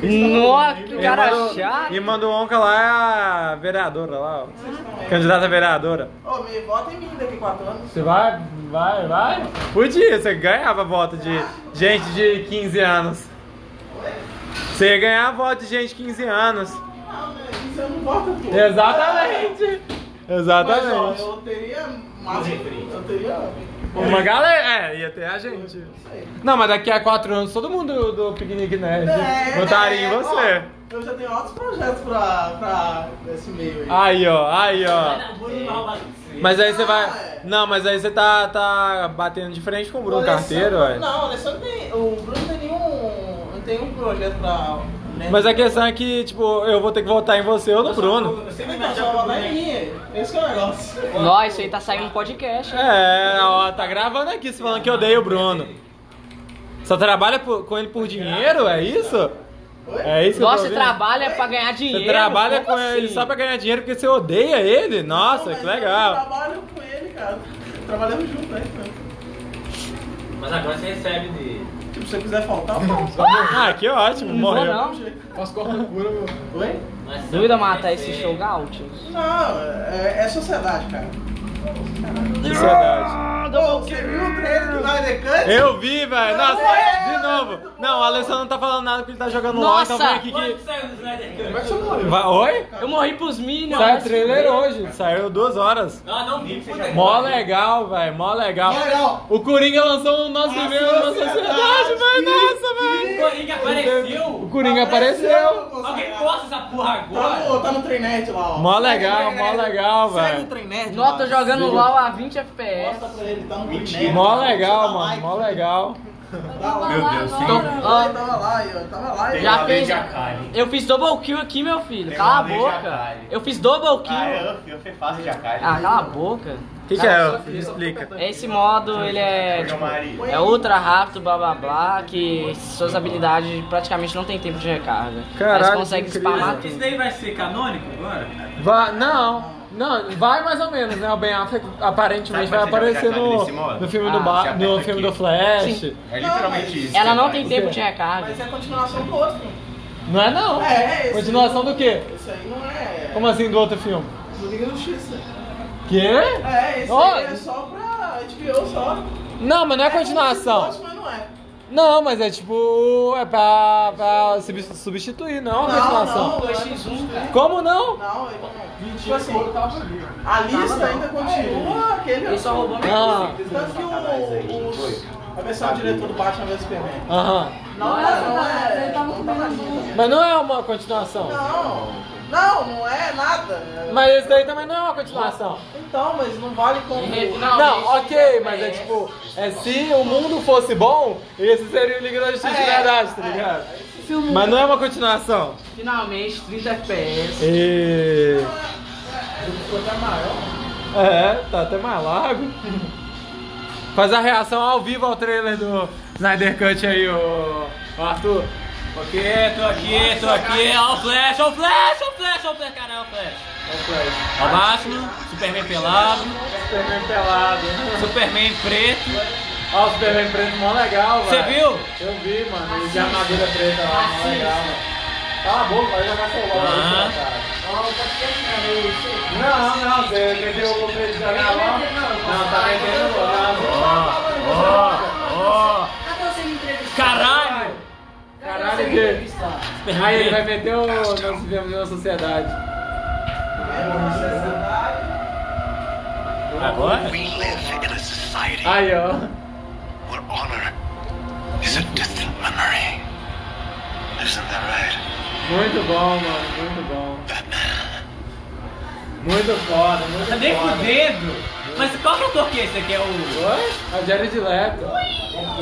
Speaker 2: Nossa,
Speaker 3: é
Speaker 2: que
Speaker 5: e
Speaker 2: cara é
Speaker 5: mandou,
Speaker 2: chato.
Speaker 5: E mandou onca lá é a vereadora lá, ó. Candidata a vereadora.
Speaker 3: Ô, me vota em mim daqui a quatro anos.
Speaker 5: Você vai, vai, vai? Podia, você ganhava voto de gente de 15 anos. Você ia ganhar voto de gente de 15 anos.
Speaker 3: Você não vota, pô.
Speaker 5: Exatamente.
Speaker 3: Mas, ó,
Speaker 5: Exatamente.
Speaker 3: eu teria mais. Eu teria.
Speaker 5: Uma galera. É, ia ter a gente. Não, mas daqui a quatro anos todo mundo do Piquenique Nerd votaria em
Speaker 3: é,
Speaker 5: você.
Speaker 3: ó, eu já tenho outros projetos pra, pra esse meio aí.
Speaker 5: Aí, ó, aí, ó.
Speaker 6: Namoro Tá não vai rolar com você.
Speaker 5: Mas aí você
Speaker 3: Ah,
Speaker 5: vai.
Speaker 3: é.
Speaker 5: Não, mas aí você tá, tá batendo de frente com o Bruno Carteiro,
Speaker 3: ué.
Speaker 5: ué.
Speaker 3: Não, o Alessandro tem. O Bruno tem nenhum. Não tem um projeto pra. né?
Speaker 5: Mas a questão é que, tipo, eu vou ter que votar em você ou no Bruno.
Speaker 6: Você me
Speaker 3: Então,
Speaker 6: mete
Speaker 3: só
Speaker 6: a
Speaker 3: vai em mim. Esse que é o negócio.
Speaker 2: Nossa, isso aí tá saindo um podcast. hein?
Speaker 5: É, ó, tá gravando aqui, você falando que odeia o Bruno. Só trabalha por- com ele por dinheiro, é isso? É isso que eu tô
Speaker 2: Nossa, você
Speaker 5: ouvindo?
Speaker 2: trabalha pra ganhar dinheiro.
Speaker 5: Você trabalha com
Speaker 2: como
Speaker 5: ele
Speaker 2: assim?
Speaker 5: só pra ganhar dinheiro porque você odeia ele? Nossa,
Speaker 3: Não,
Speaker 5: que
Speaker 3: mas Eu
Speaker 5: legal.
Speaker 3: trabalho com ele, cara. Trabalhamos junto, né?
Speaker 6: Mas agora você recebe dele.
Speaker 3: Tipo, se eu quiser faltar, eu falo.
Speaker 5: Ah, que ótimo,
Speaker 2: Não vou
Speaker 5: morreu.
Speaker 2: não.
Speaker 7: Posso cortar cura, meu?
Speaker 3: Oi?
Speaker 6: Mas você
Speaker 2: Dúvida
Speaker 6: vai
Speaker 2: matar esse
Speaker 6: ser-
Speaker 2: showgout.
Speaker 3: Não, é, é sociedade, cara.
Speaker 5: Sociedade.
Speaker 3: Ô, você viu o trailer do Snyder Cut?
Speaker 5: Eu vi, velho. Nossa, de novo. Não, o Alessandro não tá falando nada porque ele tá jogando LOL, então vem
Speaker 2: Nossa.
Speaker 5: aqui
Speaker 6: Quando
Speaker 5: que.
Speaker 6: que saiu do Snyder Cut?
Speaker 7: Como é que você morreu?
Speaker 5: Vai- Oi?
Speaker 2: Eu morri pros Minions.
Speaker 5: Saiu trailer hoje. Saiu duas horas.
Speaker 6: Não, não né? vi que você já
Speaker 5: Mó legal, velho. Mó legal.
Speaker 7: Legal.
Speaker 5: O Coringa lançou um nosso e-mail na nossa
Speaker 7: sociedade.
Speaker 2: tá
Speaker 5: sociedade, velho. Nossa,
Speaker 6: O
Speaker 5: velho.
Speaker 6: Coringa
Speaker 5: O
Speaker 6: apareceu?
Speaker 5: Coringa apareceu.
Speaker 6: Alguém posta essa porra
Speaker 3: Tá
Speaker 6: agora?
Speaker 3: no, tá no trem net lá, ó. Tá
Speaker 5: Mó legal, mó legal,
Speaker 3: Segue o
Speaker 5: velho.
Speaker 3: trem nerd.
Speaker 2: Nossa, tô
Speaker 3: mano.
Speaker 2: jogando LOL a 20 FPS.
Speaker 3: Mostra pra ele, tá no Mentira.
Speaker 5: Mó legal, mano. Mó legal.
Speaker 4: Meu Deus,
Speaker 2: Ó.
Speaker 3: Eu tava lá, eu tava lá. eu-
Speaker 2: Já fez. Eu fiz double kill aqui, meu filho. Cala a
Speaker 7: mandei
Speaker 2: boca.
Speaker 7: Jacare.
Speaker 2: Eu fiz double
Speaker 3: Ah, é.
Speaker 2: kill.
Speaker 7: Ah, é, eu, eu fui fácil de acaso.
Speaker 2: Ah, cala a boca.
Speaker 5: O que, que é? Me explica.
Speaker 2: Esse modo, ele é. tipo, é ultra rápido, blá blá blá, que suas habilidades praticamente não tem tempo de recarga.
Speaker 5: Caralho,
Speaker 2: mas consegue
Speaker 5: que incrível.
Speaker 2: spamar
Speaker 6: Isso
Speaker 2: tudo.
Speaker 6: daí vai ser canônico agora?
Speaker 5: Vai, não. Não, vai mais ou menos, né? O Ben Affleck aparentemente
Speaker 8: Sabe
Speaker 5: vai
Speaker 8: quando você
Speaker 5: aparecer
Speaker 8: joga aquele
Speaker 5: no,
Speaker 8: desse modo?
Speaker 5: no filme
Speaker 2: Ah,
Speaker 5: do
Speaker 8: você
Speaker 5: ba
Speaker 8: aperta
Speaker 5: no filme
Speaker 8: aqui.
Speaker 5: do Flash.
Speaker 2: Sim.
Speaker 8: É literalmente isso.
Speaker 2: Ela não tem tempo
Speaker 5: quê?
Speaker 2: de recarga.
Speaker 3: Mas é continuação do outro. filme.
Speaker 5: Não é não.
Speaker 3: É, é esse.
Speaker 5: Continuação do quê?
Speaker 3: Isso aí não é.
Speaker 5: Como assim do outro filme?
Speaker 3: Do Liga né? da Justiça.
Speaker 5: Quê?
Speaker 3: É, isso
Speaker 5: Ó.
Speaker 3: aí é só pra HBO só.
Speaker 5: Não, mas não é
Speaker 3: como
Speaker 5: continuação.
Speaker 3: se fosse, Mas não é.
Speaker 5: Não, mas é tipo. É pra, pra sub- substituir, não é uma
Speaker 3: Não, não, é
Speaker 5: continuação.
Speaker 3: 2x1, cara.
Speaker 5: Como não?
Speaker 3: Não, ele não. Tipo assim, a lista ainda continua aquele.
Speaker 2: Ele só roubou minha
Speaker 5: Ah,
Speaker 3: Tanto que o, os, a versão diretor do Batman vs Superman.
Speaker 5: aham.
Speaker 3: Não, não, é- não é. Não, tá na lista.
Speaker 5: Mas não é uma continuação.
Speaker 3: não, não, não é nada.
Speaker 5: Mas esse daí também não é uma continuação.
Speaker 3: Então, mas não vale como.
Speaker 2: Não,
Speaker 5: Não,
Speaker 2: isso
Speaker 5: ok, mas é tipo, é se o mundo fosse bom, esse seria o Liga da Justiça de
Speaker 3: É,
Speaker 5: verdade, tá
Speaker 3: é.
Speaker 5: ligado? Mas não é uma continuação.
Speaker 2: Finalmente, 30 FPS.
Speaker 5: E... É, tá até mais largo. Faz a reação ao vivo ao trailer do Snyder Cut aí, ô ô Arthur.
Speaker 6: Ok, tô aqui, tô aqui. Ó o Flash, ó o Flash, ó o Flash, ó o Flash, caralho, ó o Flash. Ó o Batman, Superman pelado,
Speaker 5: Superman pelado.
Speaker 6: Superman preto.
Speaker 5: Ó, o Superman preto mó legal,
Speaker 6: Você
Speaker 5: velho.
Speaker 6: viu?
Speaker 5: Eu vi, mano. Ele de armadura preta lá, mó legal, mano. Cala a boca, vai jogar seu LOL
Speaker 6: Aham.
Speaker 5: aí, cara. Não, não, tá você entendeu o momento de jogar LOL? Não, tá entendendo LOL.
Speaker 6: Ó, ó. Caralho!
Speaker 5: Caralho, que... Aí ele vai meter o... Nós vivemos em uma sociedade.
Speaker 6: Agora?
Speaker 9: We live in a society
Speaker 5: Aí, ó.
Speaker 9: where honor is a distant memory. Isn't that right?
Speaker 5: Muito bom, mano. Muito bom. Muito foda, muito
Speaker 6: Nem
Speaker 5: foda.
Speaker 6: fudendo! Mas qual que é o ator que é esse aqui? É o.
Speaker 5: Oi? A Jared Leto.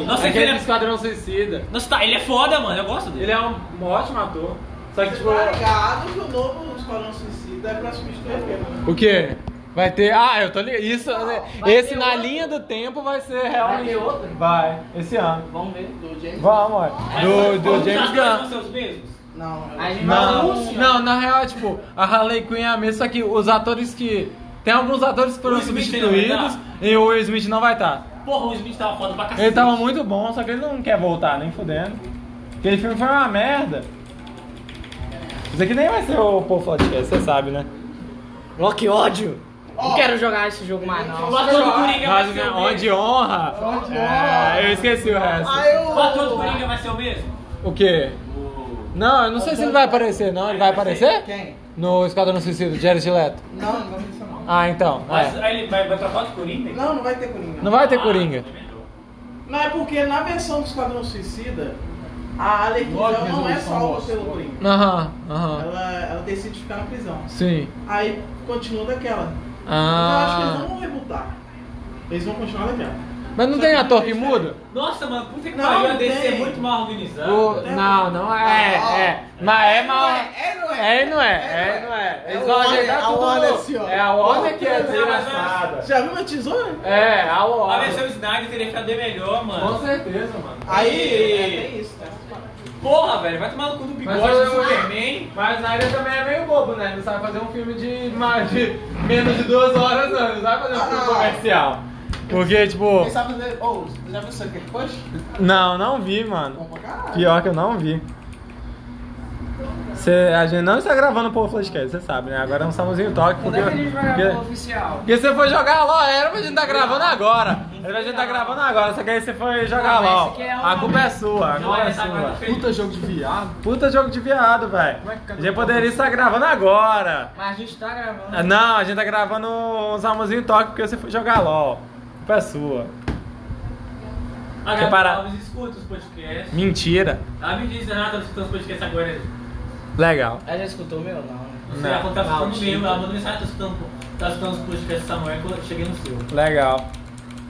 Speaker 6: Nossa,
Speaker 5: Aquele
Speaker 6: ele
Speaker 5: do
Speaker 6: é.
Speaker 5: Esquadrão Suicida.
Speaker 6: Nossa, tá, ele é foda, mano. Eu gosto dele.
Speaker 5: Ele é um ótimo ator. Só que, tipo...
Speaker 3: Tá ligado que o novo Esquadrão Suicida é pra substituir aquele.
Speaker 5: O quê? Vai ter. Ah, eu tô ligado. Isso, né?
Speaker 2: Vai
Speaker 5: esse
Speaker 2: ter
Speaker 5: na
Speaker 2: outro.
Speaker 5: linha do tempo vai ser
Speaker 2: Vai
Speaker 5: realmente.
Speaker 2: ter outro?
Speaker 5: Vai, esse ano.
Speaker 2: Vamos ver. Do James.
Speaker 5: Vamos, ó. Do, do James
Speaker 2: assim,
Speaker 5: Gunn.
Speaker 6: seus mesmos?
Speaker 3: Não, é.
Speaker 2: A gente vai
Speaker 5: Não,
Speaker 2: anunciar.
Speaker 5: não, na real, tipo, a Harley Quinn é a mesma, só que os atores que. Tem alguns atores que foram
Speaker 6: Will Smith não vai
Speaker 5: substituídos e o Will Smith não vai estar.
Speaker 6: Porra, o Smith tava foda pra cacete.
Speaker 5: Ele tá- tava muito bom, só que ele não quer voltar, nem fudendo. Aquele filme foi uma merda. Isso aqui nem vai ser o Paul Podcast, você sabe, né?
Speaker 2: Ó, que ódio! Não quero jogar esse jogo mais, não.
Speaker 6: O ator do Coringa vai
Speaker 5: Mas,
Speaker 6: ser
Speaker 5: né,
Speaker 6: o
Speaker 5: onde
Speaker 6: mesmo.
Speaker 5: honra! É, eu esqueci o resto.
Speaker 3: Ah, eu...
Speaker 6: O ator do Coringa vai ser o mesmo?
Speaker 5: O quê?
Speaker 6: O-
Speaker 5: Não, eu não sei se ele vai aparecer, não. Ele vai aparecer?
Speaker 3: Quem?
Speaker 5: No Esquadrão Suicida, Jared Leto.
Speaker 3: Não, não vai ter isso não.
Speaker 5: Ah, então.
Speaker 6: Mas
Speaker 5: é.
Speaker 6: aí ele vai, vai pra foto do Coringa?
Speaker 3: Não, não vai ter Coringa.
Speaker 5: Não vai ter Coringa.
Speaker 3: Não, é porque na versão do Esquadrão Suicida, a Arlequina
Speaker 7: Lógico
Speaker 3: ela
Speaker 7: que
Speaker 3: não é
Speaker 7: eles não
Speaker 3: salva
Speaker 7: gostam.
Speaker 3: pelo Coringa.
Speaker 5: Aham, aham.
Speaker 3: Ela, ela decide ficar na prisão.
Speaker 5: Sim.
Speaker 3: Aí continua daquela. Então eu acho que eles não
Speaker 5: Ah.
Speaker 3: vão rebutar. Eles vão continuar daquela.
Speaker 5: Mas não tem ator que muda?
Speaker 6: Nossa, mano, puta que
Speaker 3: Não,
Speaker 6: pariu, a
Speaker 3: não
Speaker 6: DC é
Speaker 3: tem.
Speaker 6: muito mal organizada.
Speaker 5: O- Não, não é, é. Mas é mal.
Speaker 3: É, não
Speaker 5: É, não é, é, não é. Eles vão
Speaker 3: ordem-
Speaker 5: ajeitar
Speaker 3: a
Speaker 5: tudo.
Speaker 3: ordem assim, ó.
Speaker 5: É a ordem que é
Speaker 6: Não, mas é-
Speaker 5: desgraçada.
Speaker 3: Já viu uma tesoura?
Speaker 5: É, a
Speaker 6: A
Speaker 5: ordem.
Speaker 6: versão Snyder teria ficado bem melhor,
Speaker 5: Com
Speaker 6: mano.
Speaker 5: certeza, mano.
Speaker 3: Aí, é isso, cara.
Speaker 6: Porra, velho, vai tomar no cu do bigode
Speaker 5: Mas eu-
Speaker 6: do Superman.
Speaker 5: Mas o Snyder também é meio bobo, né? Ele sabe fazer um filme de, mais de menos de duas horas, não. Ele não sabe fazer um filme comercial. Porque, tipo.
Speaker 3: Quem sabe fazer. Ô, você já viu Sucker Punch?
Speaker 5: Não, não vi, mano.
Speaker 3: Bom pra caralho.
Speaker 5: Pior que eu não vi. Cê- a gente não está gravando o Povo Flashcast, você sabe, né? Agora é um Samuzinho Toque.
Speaker 2: Quando
Speaker 5: Porque,
Speaker 2: é que a gente vai gravar o
Speaker 5: porque-
Speaker 2: oficial?
Speaker 5: Porque você foi jogar LOL, era pra gente tá gravando agora. Era pra gente tá gravando agora, só que aí você foi jogar
Speaker 2: Não, mas
Speaker 5: LOL.
Speaker 2: esse aqui é
Speaker 5: A
Speaker 2: uma-
Speaker 5: culpa é sua, a
Speaker 6: Não,
Speaker 5: culpa é
Speaker 6: ele tá mais
Speaker 5: sua.
Speaker 6: feio.
Speaker 7: jogo de viado.
Speaker 5: Puta jogo de viado, velho.
Speaker 7: Como é que cada
Speaker 5: A gente
Speaker 7: um
Speaker 5: poderia estar gravando agora.
Speaker 2: Mas a gente tá gravando.
Speaker 5: Ah, Não, a gente tá gravando uns almozinho toque porque você foi jogar LOL. A culpa é sua.
Speaker 6: A Gabi
Speaker 5: parar.
Speaker 6: Alves escuta os podcasts.
Speaker 5: Mentira.
Speaker 6: Ela me diz, Renata, escutando os podcasts agora.
Speaker 5: Legal.
Speaker 2: Ela já escutou o meu? Não. né?
Speaker 6: Você
Speaker 5: Não.
Speaker 6: já conta
Speaker 2: Não,
Speaker 6: escutando o meu,
Speaker 2: tira.
Speaker 6: ela mandou mensagem, tá escutando, tá escutando os podcasts da Samuel, quando eu cheguei no seu.
Speaker 5: Legal.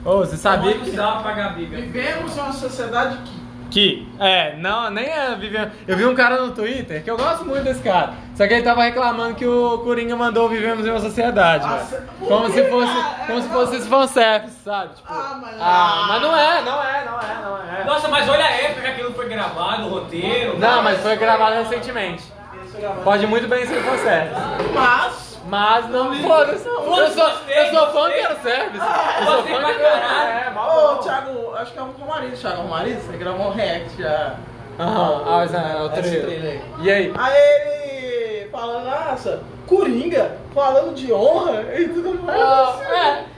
Speaker 5: Ô, você sabia
Speaker 6: Manda um
Speaker 5: que...
Speaker 6: salve pra Gabi, Gabi.
Speaker 3: Vivemos uma sociedade que.
Speaker 5: Que, é, não, nem é Vivian. Eu vi um cara no Twitter que eu gosto muito desse cara. Só que ele tava reclamando que o Coringa mandou o Vivemos em uma Sociedade.
Speaker 3: Nossa,
Speaker 5: velho.
Speaker 3: por
Speaker 5: como
Speaker 3: que,
Speaker 5: se fosse,
Speaker 3: cara?
Speaker 5: como se
Speaker 3: É,
Speaker 5: fosse esse fanservice, sabe? Tipo,
Speaker 3: Ah, mas-
Speaker 5: ah, mas não é, não é, não é, não é.
Speaker 6: Nossa, mas olha a época que aquilo foi gravado, o roteiro.
Speaker 5: Não, mas foi gravado recentemente. Pode muito bem ser fanservice.
Speaker 3: Mas.
Speaker 5: Mas não me foda-se. É, Eu sou, eu sou fã que era service. Eu sou
Speaker 6: Gostei
Speaker 5: fã
Speaker 6: pra
Speaker 5: que era
Speaker 6: caralho.
Speaker 5: É, mal
Speaker 3: Ô,
Speaker 5: bom.
Speaker 3: Thiago, acho que é o Romariz, Thiago Romariz, você gravou um react já.
Speaker 5: Aham, ah, mas é, é o
Speaker 3: Esse
Speaker 5: trailer.
Speaker 3: trailer
Speaker 5: E aí?
Speaker 3: Aí ele falando, nossa, Coringa, falando de honra e tudo mais.
Speaker 5: Ah,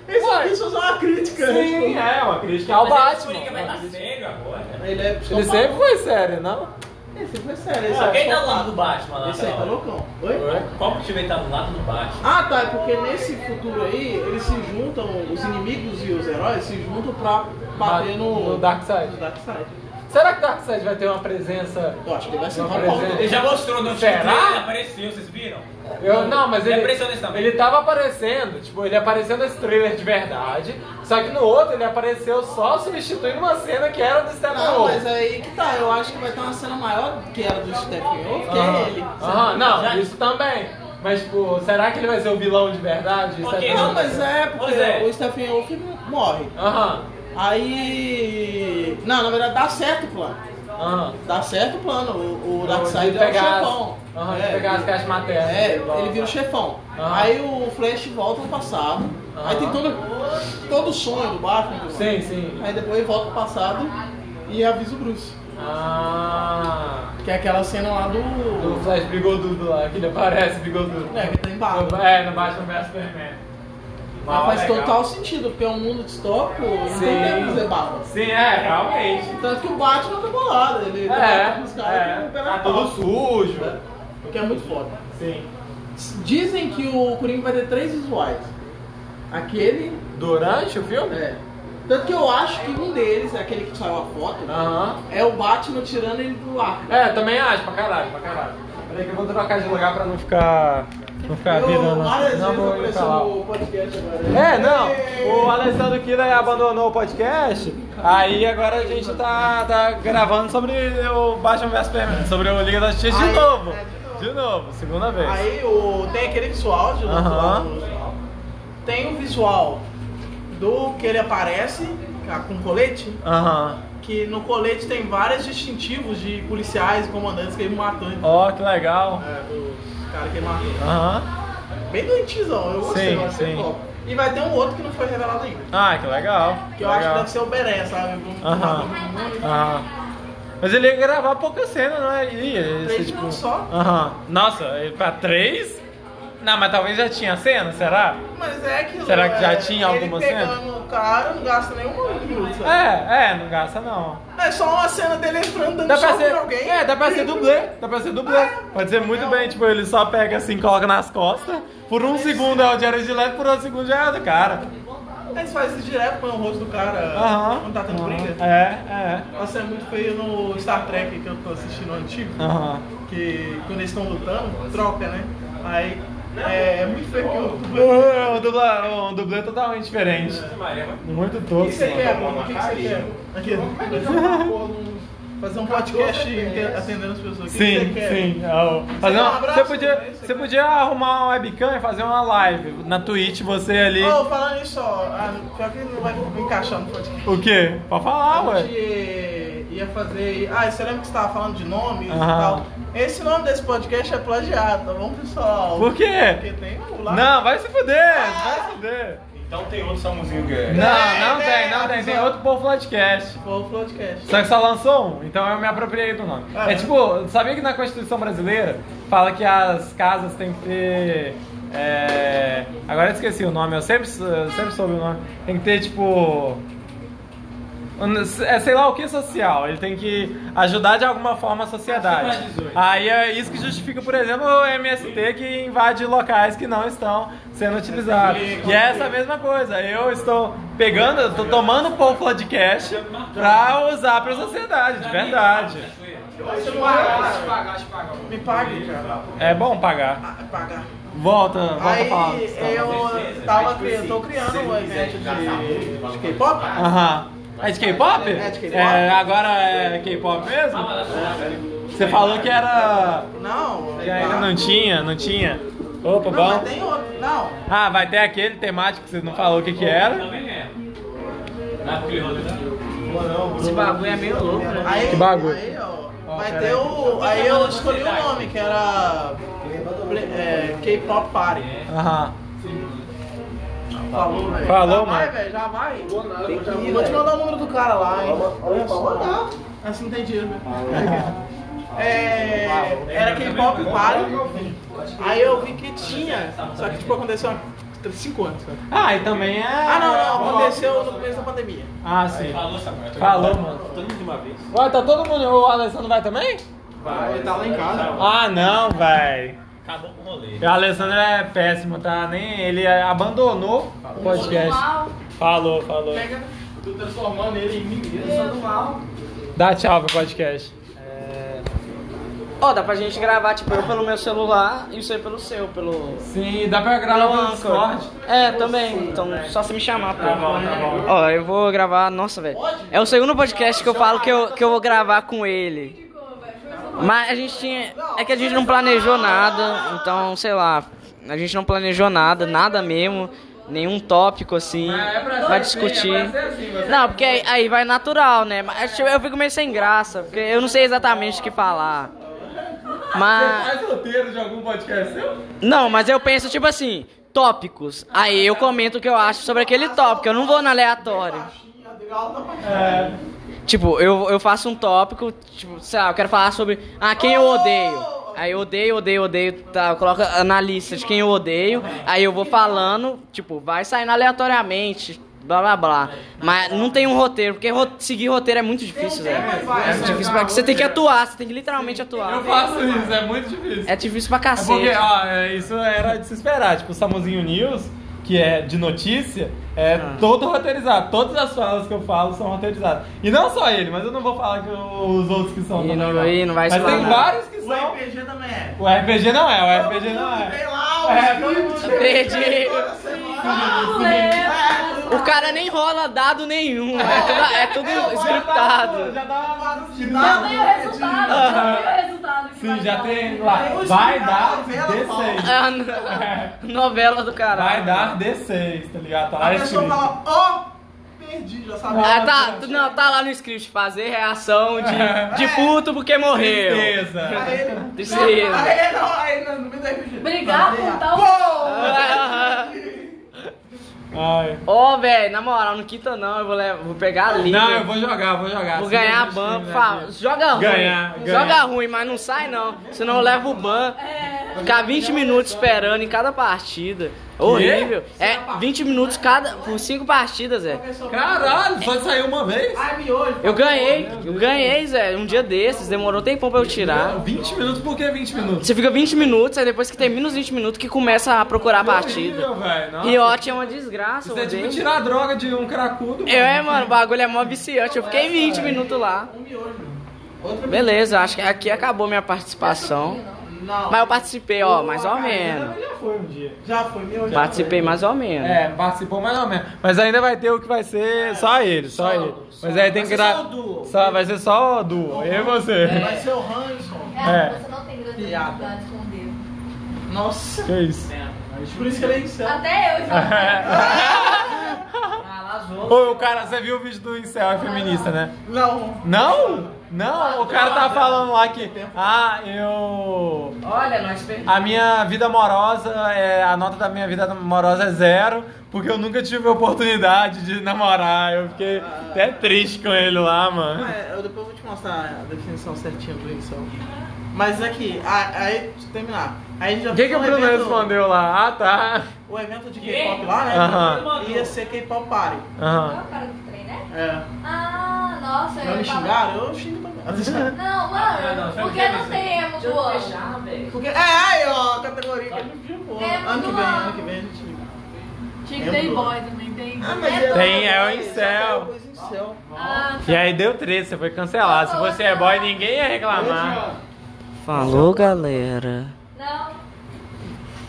Speaker 5: é.
Speaker 3: é, isso
Speaker 5: Ué.
Speaker 3: aqui só é uma crítica.
Speaker 5: Sim,
Speaker 3: né?
Speaker 5: é uma crítica ao
Speaker 6: Mas
Speaker 5: Batman.
Speaker 6: ele vai estar sério agora.
Speaker 3: Ele é
Speaker 5: Ele sempre foi sério, não?
Speaker 3: Ele sempre foi sério. Esse
Speaker 6: Quem
Speaker 3: é
Speaker 6: tá do lado do Batman lá?
Speaker 3: Esse aí tá loucão. Oi?
Speaker 6: Qual motivo ele tá do lado do Batman?
Speaker 3: Ah, tá, é porque nesse futuro aí, eles se juntam, os inimigos e os heróis se juntam pra bater no...
Speaker 5: No Darkseid.
Speaker 3: no Darkseid.
Speaker 5: Será que o Darkseid vai ter uma presença?
Speaker 3: Eu acho que ele vai ser
Speaker 5: Uma
Speaker 3: uma pauta.
Speaker 5: presença.
Speaker 6: Ah, Ele já mostrou no
Speaker 5: Será?
Speaker 6: último trailer, apareceu, vocês viram?
Speaker 5: Eu, não, mas
Speaker 6: É
Speaker 5: ele.
Speaker 6: impressionante também.
Speaker 5: Ele tava aparecendo, tipo, ele apareceu nesse trailer de verdade. Só que no outro ele apareceu só substituindo uma cena que era do
Speaker 3: Não,
Speaker 5: Steppenwolf.
Speaker 3: mas aí que tá, eu acho que vai ter uma cena maior que era do Steppenwolf, que
Speaker 5: Aham,
Speaker 3: é ele.
Speaker 5: aham, não,
Speaker 6: Já-
Speaker 5: isso também. Mas, tipo, será que ele vai ser o vilão de verdade?
Speaker 6: Ok,
Speaker 5: Steppenwolf?
Speaker 3: Não, mas é, porque
Speaker 6: Pois é.
Speaker 3: o Steppenwolf morre.
Speaker 5: Aham,
Speaker 3: Aí. Não, na verdade dá certo o plano.
Speaker 5: aham.
Speaker 3: Dá certo o plano. O, o
Speaker 5: De
Speaker 3: Darkseid é o
Speaker 5: pegar as-
Speaker 3: chefão.
Speaker 5: Aham, de
Speaker 3: é,
Speaker 5: pegar as caixas maternas.
Speaker 3: é,
Speaker 5: Igual,
Speaker 3: ele vira o
Speaker 5: tá.
Speaker 3: chefão.
Speaker 5: Aham.
Speaker 3: Aí o Flash volta no passado. Aí tem
Speaker 5: Aham.
Speaker 3: todo, todo o sonho do Batman.
Speaker 5: Sim, sim.
Speaker 3: Aí depois ele volta pro passado e avisa o Bruce.
Speaker 5: Ah.
Speaker 3: Que é aquela cena lá do.
Speaker 5: Do Flash Bigodudo lá, que ele aparece, Bigodudo.
Speaker 3: É, que tem barba.
Speaker 5: No- É, no Batman vs Superman.
Speaker 3: Mas faz
Speaker 5: legal.
Speaker 3: total sentido, porque é um mundo distópico, não
Speaker 5: Sim.
Speaker 3: tem como fazer barba.
Speaker 5: Sim, é, realmente.
Speaker 3: Tanto que o Batman tá bolado, ele
Speaker 5: É,
Speaker 3: tá com os caras
Speaker 5: é.
Speaker 3: com o pé
Speaker 5: Tá
Speaker 3: na
Speaker 5: todo
Speaker 3: porta,
Speaker 5: sujo.
Speaker 3: né? O que é muito foda.
Speaker 5: Sim.
Speaker 3: Dizem que o Coringa vai ter três visuais. Aquele,
Speaker 5: Durante o filme?
Speaker 3: é. Tanto que eu acho que um deles, é aquele que saiu a foto,
Speaker 5: Aham.
Speaker 3: é o Batman tirando ele do ar.
Speaker 5: É, também acho, pra caralho, pra caralho. Peraí que eu vou trocar de lugar pra não ficar. Não ficar virando. assim.
Speaker 3: eu um várias
Speaker 5: Não,
Speaker 3: vezes
Speaker 5: vou
Speaker 3: apareceu
Speaker 5: falar.
Speaker 3: no podcast agora.
Speaker 5: É, não. O Alessandro Killer abandonou o podcast. Aí agora a gente tá, tá gravando sobre o Batman vs Superman, sobre o Liga da Justiça de
Speaker 3: Aí,
Speaker 5: novo.
Speaker 3: é, de novo.
Speaker 5: De novo, segunda vez.
Speaker 3: Aí o, tem aquele visual de
Speaker 5: Aham.
Speaker 3: do- tem o visual do que ele aparece, ah, com colete,
Speaker 5: Aham.
Speaker 3: que no colete tem vários distintivos de policiais e comandantes que ele matou. né?
Speaker 5: Ó, que legal.
Speaker 3: É, dos caras que ele matou.
Speaker 5: Aham.
Speaker 3: Bem doentizão, eu gostei,
Speaker 5: Sim,
Speaker 3: eu achei
Speaker 5: sim.
Speaker 3: top. E vai ter um outro que não foi revelado ainda.
Speaker 5: Ah, que legal.
Speaker 3: Que eu acho que
Speaker 5: legal.
Speaker 3: deve ser o Beré, sabe? Um
Speaker 5: Aham. Aham. Mas ele ia gravar pouca cena, não é? Ele ia, ia ser,
Speaker 3: Três
Speaker 5: tipo-
Speaker 3: não um só.
Speaker 5: Aham. Nossa, ele- pra três? Não, mas talvez já tinha cena, será?
Speaker 3: Mas é aquilo.
Speaker 5: Será que já
Speaker 3: é,
Speaker 5: tinha alguma
Speaker 3: ele pegando o cara, não gasta nenhum minuto. sabe?
Speaker 5: É, é, não gasta não.
Speaker 3: É. só uma cena dele entrando dando
Speaker 5: Dá pra
Speaker 3: soco em
Speaker 5: ser.
Speaker 3: alguém.
Speaker 5: É, dá pra ser dublê. Dá pra ser dublê. Pode ser muito bem, tipo, ele só pega assim, coloca nas costas. Por um segundo é o Jared Leto, por outro segundo já é o do cara.
Speaker 3: Eles fazem isso direto, põe o rosto do cara
Speaker 5: Aham.
Speaker 3: quando tá tendo
Speaker 5: Aham.
Speaker 3: briga.
Speaker 5: É, é.
Speaker 3: Nossa, é muito feio no Star Trek que eu tô assistindo antigo.
Speaker 5: Aham.
Speaker 3: Que quando eles estão lutando, troca, né? Aí é, é muito feio que o.
Speaker 5: Uh, O dublê, um dublê totalmente diferente. Muito
Speaker 3: O que
Speaker 5: tosco.
Speaker 3: você quer,
Speaker 5: mano.
Speaker 3: mano? O que você quer? Aqui. um Fazer um podcast inte- atendendo as pessoas. O que que
Speaker 5: Sim,
Speaker 3: você quer?
Speaker 5: sim. é o- Fazer
Speaker 3: quer um
Speaker 5: uma-
Speaker 3: abraço
Speaker 5: você, podia,
Speaker 3: também? Você
Speaker 5: você
Speaker 3: quer-
Speaker 5: podia arrumar uma webcam e fazer uma live na Twitch, você ali.
Speaker 3: Ô, falando isso, ó, ah, pior que não vai me encaixar no podcast.
Speaker 5: O quê? Pode falar,
Speaker 3: A
Speaker 5: Ah, ué.
Speaker 3: gente ia fazer. Ah, você lembra que você tava falando de nomes e
Speaker 5: Aham.
Speaker 3: tal? Esse nome desse podcast é plagiado, tá bom, pessoal?
Speaker 5: Por
Speaker 3: Porque
Speaker 5: quê?
Speaker 3: tem o lá.
Speaker 5: Não, vai se fuder, vai se fuder.
Speaker 7: Então tem outro Samuzinho que é.
Speaker 5: Não, não
Speaker 3: né,
Speaker 5: tem, não tem.
Speaker 3: rapazão.
Speaker 5: Tem outro povo podcast.
Speaker 3: Foi o podcast.
Speaker 5: Só que só lançou um, então eu me apropriei do nome.
Speaker 3: Ah,
Speaker 5: é
Speaker 3: é?
Speaker 5: tipo, sabia que na Constituição Brasileira fala que as casas têm que ter. é, Agora eu esqueci o nome, eu sempre, eu sempre soube o nome. Tem que ter tipo. um- É sei lá o que social, ele tem que ajudar de alguma forma a sociedade. Aí é isso que justifica, por exemplo, o MST que invade locais que não estão sendo utilizados. E é essa mesma coisa, eu estou pegando, eu tô tomando o povo podcast pra usar pra sociedade, de verdade.
Speaker 3: Você não paga, Me pague, cara.
Speaker 5: É bom pagar.
Speaker 3: Ah, pagar.
Speaker 5: Volta, volta a falar.
Speaker 3: Aí eu tava criando, tô criando um evento de, de K-pop.
Speaker 5: Aham. É de K-pop?
Speaker 3: É de K-pop.
Speaker 5: É, agora é K-pop mesmo? Você falou que era.
Speaker 3: Não,
Speaker 5: que ainda não tinha, não tinha. Opa,
Speaker 3: Não, mas
Speaker 5: bom.
Speaker 3: tem outro. Não,
Speaker 5: Ah, vai ter aquele temático que você não falou o que que era.
Speaker 6: Também é. Não é porque ele rodou.
Speaker 2: Esse bagulho é meio louco, né?
Speaker 3: Aí,
Speaker 1: Que bagulho.
Speaker 3: Aí, ó, vai ter o. Aí eu escolhi o nome, que era. é, K-pop Party.
Speaker 5: Aham.
Speaker 3: Falou, velho.
Speaker 5: Falou,
Speaker 3: já vai,
Speaker 5: mano.
Speaker 3: velho, já vai. Eu vou te mandar o número do cara lá, hein? Eu vou mandar. Assim não tem dinheiro, né? É, era K-pop Party. Aí eu vi que tinha, só que tipo aconteceu há 5 anos. cara.
Speaker 5: Ah, e também é.
Speaker 3: Ah, não, não, aconteceu no começo da pandemia.
Speaker 5: Ah, sim.
Speaker 6: Falou, Samuel.
Speaker 5: Falou, mano.
Speaker 6: Todo mundo de uma vez.
Speaker 5: Ué, tá todo mundo. O Alessandro vai também?
Speaker 7: Vai, tá lá em casa.
Speaker 5: Ah, não, vai.
Speaker 6: Acabou com o rolê.
Speaker 5: O Alessandro é péssimo, tá? Nem ele abandonou o podcast. Falou, falou.
Speaker 3: Pega, eu tô transformando ele em mim mesmo.
Speaker 5: Dá tchau pro podcast.
Speaker 2: Ó, dá pra gente gravar, tipo, eu pelo meu celular e você pelo seu, pelo.
Speaker 5: Sim, dá pra gravar no Discord.
Speaker 2: É, também. Então, só se me chamar, pô. Tá bom, tá bom. Ó, eu vou gravar. Nossa, velho. É o segundo podcast que eu falo que eu, que eu vou gravar com ele. Mas a gente tinha. É que a gente não planejou nada. Então, sei lá. A gente não planejou nada, nada mesmo. Nenhum tópico assim. é Vai discutir. Não, porque aí, aí vai natural, né? Mas tipo, eu fico meio sem graça. Porque eu não sei exatamente o que falar. Mas.
Speaker 5: roteiro de algum podcast seu?
Speaker 2: Não, mas eu penso tipo assim, tópicos. Aí eu comento o que eu acho sobre aquele tópico, eu não vou no aleatório.
Speaker 5: É.
Speaker 2: Tipo, eu, eu faço um tópico, tipo, sei lá, eu quero falar sobre ah, quem eu odeio. Aí eu odeio, odeio, odeio, tá, eu coloco na lista de quem eu odeio, aí eu vou falando, tipo, vai saindo aleatoriamente, blá blá blá. Mas não tem um roteiro, porque ro- seguir roteiro é muito difícil, velho. É muito difícil pra... Você tem que atuar, você tem que literalmente
Speaker 5: Eu
Speaker 2: atuar.
Speaker 5: faço isso, é muito difícil.
Speaker 2: É difícil pra
Speaker 5: É porque,
Speaker 2: cacete.
Speaker 5: ó, é, isso era de se esperar. Tipo, o Samuzinho News, que é de notícia, é
Speaker 2: Ah.
Speaker 5: todo roteirizado. Todas as falas que eu falo são roteirizadas. E não só ele, mas eu não vou falar que o- os outros que são
Speaker 2: Ih,
Speaker 5: também.
Speaker 2: não, ih, não vai
Speaker 5: mas tem
Speaker 2: explanar.
Speaker 5: vários que
Speaker 3: O
Speaker 5: são.
Speaker 3: RPG também é.
Speaker 5: O RPG não é, o RPG não
Speaker 3: Sei
Speaker 5: é.
Speaker 3: lá, o
Speaker 5: É,
Speaker 3: vídeos.
Speaker 2: Perdi.
Speaker 3: Toda semana.
Speaker 2: O cara nem rola dado nenhum, é tudo, é tudo
Speaker 5: Já tá- dá-
Speaker 2: scriptado.
Speaker 5: Já dá uma
Speaker 3: Não,
Speaker 8: Não tem é o resultado, não tem o resultado.
Speaker 5: Sim, já tá tem lá. Vai dar D6.
Speaker 2: Ah, no- novela do caralho.
Speaker 5: Vai dar D6, tá ligado? Tá lá
Speaker 3: A pessoa
Speaker 5: escrito.
Speaker 3: fala, ó, perdi, já sabe.
Speaker 2: Ah, tá, tu- não, tá lá no script, fazer reação de, de puto porque morreu.
Speaker 5: Tristeza.
Speaker 3: Aí ele.
Speaker 2: Tristeza.
Speaker 3: Aí não, aí não, no meio da RPG.
Speaker 8: Brigar
Speaker 3: Fazer
Speaker 8: por
Speaker 3: a-
Speaker 8: tal-
Speaker 2: Ah,
Speaker 5: Ai.
Speaker 2: Ó, velho, na moral, não quita não, eu vou, le- vou pegar a liga.
Speaker 5: Não, eu vou jogar, vou jogar.
Speaker 2: Vou
Speaker 5: Sim,
Speaker 2: ganhar
Speaker 5: eu
Speaker 2: ban,
Speaker 5: vou
Speaker 2: fa- joga ruim.
Speaker 5: Ganhar, ganhar.
Speaker 2: Joga ruim, mas não sai não. Senão eu levo o ban. Ficar 20 minutos esperando em cada partida. Horrível. É, 20 minutos cada por 5 partidas, Zé.
Speaker 5: Caralho, só de sair uma vez?
Speaker 3: Ai, miojo.
Speaker 2: Eu ganhei, eu ganhei, Zé. Um dia desses, demorou tempão pra eu tirar.
Speaker 5: 20 minutos, por que 20 minutos?
Speaker 2: Você fica 20 minutos, aí depois que termina os 20 minutos que começa a procurar a partida.
Speaker 5: Horrível, velho. Nossa.
Speaker 2: E ótimo, é uma desgraça, eu
Speaker 5: Isso é tipo
Speaker 2: odeio.
Speaker 5: tirar a droga de um cracudo.
Speaker 2: Eu, é, mano, o bagulho é mó viciante. Eu fiquei 20 minutos lá. Beleza, acho que aqui acabou minha participação.
Speaker 3: Não.
Speaker 2: Mas eu participei, ó, mais ou menos.
Speaker 5: Já foi um dia.
Speaker 3: Já foi, miojo.
Speaker 2: Participei mais ou menos.
Speaker 5: É, participou mais ou menos. Mas ainda vai ter o que vai ser só ele, É, só, ele. Mas aí tem que
Speaker 3: ser
Speaker 5: dar.
Speaker 3: só o duo.
Speaker 5: só- vai ser só o duo. Eu e você.
Speaker 3: Vai ser o Hanson.
Speaker 8: É, você não tem grande
Speaker 3: Piada.
Speaker 8: dificuldade com Deus.
Speaker 3: Nossa.
Speaker 5: Que isso?
Speaker 3: Por isso que ele é insano.
Speaker 8: Até eu já.
Speaker 5: Ô, o cara, você viu o vídeo do Incel é feminista, né?
Speaker 2: Ah.
Speaker 3: Não.
Speaker 5: Não! Não, o cara tá falando lá que. Ah, eu.
Speaker 2: Olha, nós perdemos.
Speaker 5: A minha vida amorosa, é, a nota da minha vida amorosa é zero, porque eu nunca tive oportunidade de namorar. Eu fiquei até triste com ele lá, mano.
Speaker 3: É, eu depois vou te mostrar a definição certinha do Excel. Mas aqui, a- aí, deixa eu terminar. Aí já
Speaker 5: O que, que o
Speaker 3: um
Speaker 5: Bruno
Speaker 3: evento-
Speaker 5: respondeu lá? Ah, tá.
Speaker 3: O evento de K-pop lá, né?
Speaker 5: Aham.
Speaker 3: Ia ser K-pop Party.
Speaker 8: Não é
Speaker 5: Aham.
Speaker 8: o cara do trem, né?
Speaker 3: É.
Speaker 8: Ah, nossa,
Speaker 3: Não
Speaker 8: eu
Speaker 3: me xingaram? Eu xingo também.
Speaker 8: Não,
Speaker 5: Ah,
Speaker 8: mano, porque não tem emo do ano.
Speaker 3: Porque, é, aí, ó, categoria. que a gente viu, pô.
Speaker 8: É,
Speaker 3: Ano que
Speaker 8: do
Speaker 3: vem,
Speaker 8: ano.
Speaker 3: ano que vem a gente.
Speaker 8: Tinha que ter boy também, tem.
Speaker 3: eu-
Speaker 5: Tem, é o
Speaker 3: eu-
Speaker 5: incel.
Speaker 3: eu- coisa incel.
Speaker 8: Ah,
Speaker 5: E aí deu treta, você foi cancelado. Se você é boy, ninguém ia reclamar.
Speaker 3: Ah.
Speaker 2: Falou, galera.
Speaker 8: não.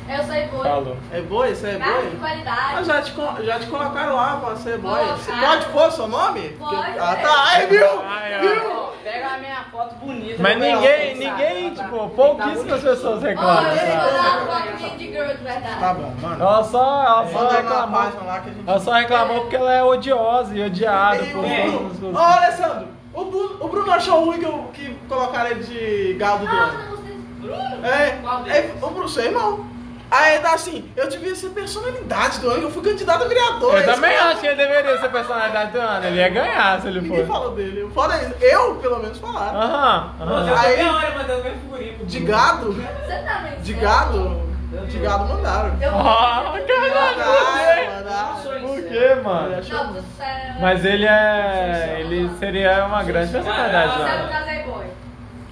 Speaker 8: Eu sou boy.
Speaker 5: Falou.
Speaker 3: É boi? Você é
Speaker 8: Cara de
Speaker 3: boi? Ah,
Speaker 8: qualidade.
Speaker 3: já te, co- já te colocaram lá pra ser boy.
Speaker 8: Colocaram.
Speaker 3: Você pode pôr seu nome?
Speaker 8: Pode,
Speaker 3: Ah,
Speaker 8: é.
Speaker 3: tá. Aí, viu?
Speaker 5: Ai, ó.
Speaker 2: Pega a minha foto bonita.
Speaker 5: Mas
Speaker 2: vou pegar
Speaker 5: ninguém,
Speaker 2: o seu,
Speaker 5: ninguém,
Speaker 2: sabe? Tá,
Speaker 5: tipo,
Speaker 2: tá. Tá
Speaker 5: pouquíssimas
Speaker 2: bonito.
Speaker 5: pessoas
Speaker 8: Ó, eu
Speaker 5: reclamam.
Speaker 8: vou
Speaker 5: sabe?
Speaker 8: dar uma foto minha de girl de
Speaker 3: Tá
Speaker 8: verdade.
Speaker 3: bom, mano.
Speaker 5: Ela só, ela só
Speaker 3: Manda aí na página
Speaker 5: reclamou.
Speaker 3: lá que a gente...
Speaker 5: Ela só reclamou porque ela é odiosa e odiada
Speaker 3: Ei,
Speaker 5: por
Speaker 2: um
Speaker 3: o
Speaker 5: todas as
Speaker 3: Bruno... Ó,
Speaker 5: pessoas.
Speaker 3: Alessandro. O Bruno, o Bruno achou ruim que, eu- que colocaram ele de gado do
Speaker 8: Ah,
Speaker 3: ano.
Speaker 8: não gostei. Bruno. Qual
Speaker 3: É, é
Speaker 8: deles?
Speaker 3: o Bruno, seu irmão. Aí ele tá assim, eu devia ser personalidade do ano, eu fui candidato a vereador.
Speaker 5: Eu
Speaker 3: Esse
Speaker 5: também
Speaker 3: cara-
Speaker 5: acho que ele deveria ser personalidade do ano. Ele ia ganhar se ele Ah.
Speaker 3: Ninguém
Speaker 5: fosse.
Speaker 3: falou dele. Foda isso. Eu, pelo menos, falaram.
Speaker 5: Aham. aham.
Speaker 3: Aí-
Speaker 6: hora mandando minha figurinha pro
Speaker 3: De
Speaker 6: Bruno.
Speaker 3: gado?
Speaker 8: Você tá vendo?
Speaker 3: De gado? De gado mandaram.
Speaker 8: Eu vou.
Speaker 5: Ah,
Speaker 3: Mandaram,
Speaker 5: caralho.
Speaker 3: mandaram.
Speaker 5: Por quê, mano?
Speaker 8: Não, você é.
Speaker 5: Mas ele é. Ele seria uma grande personalidade,
Speaker 8: Você é um
Speaker 5: mano.
Speaker 8: casei boy.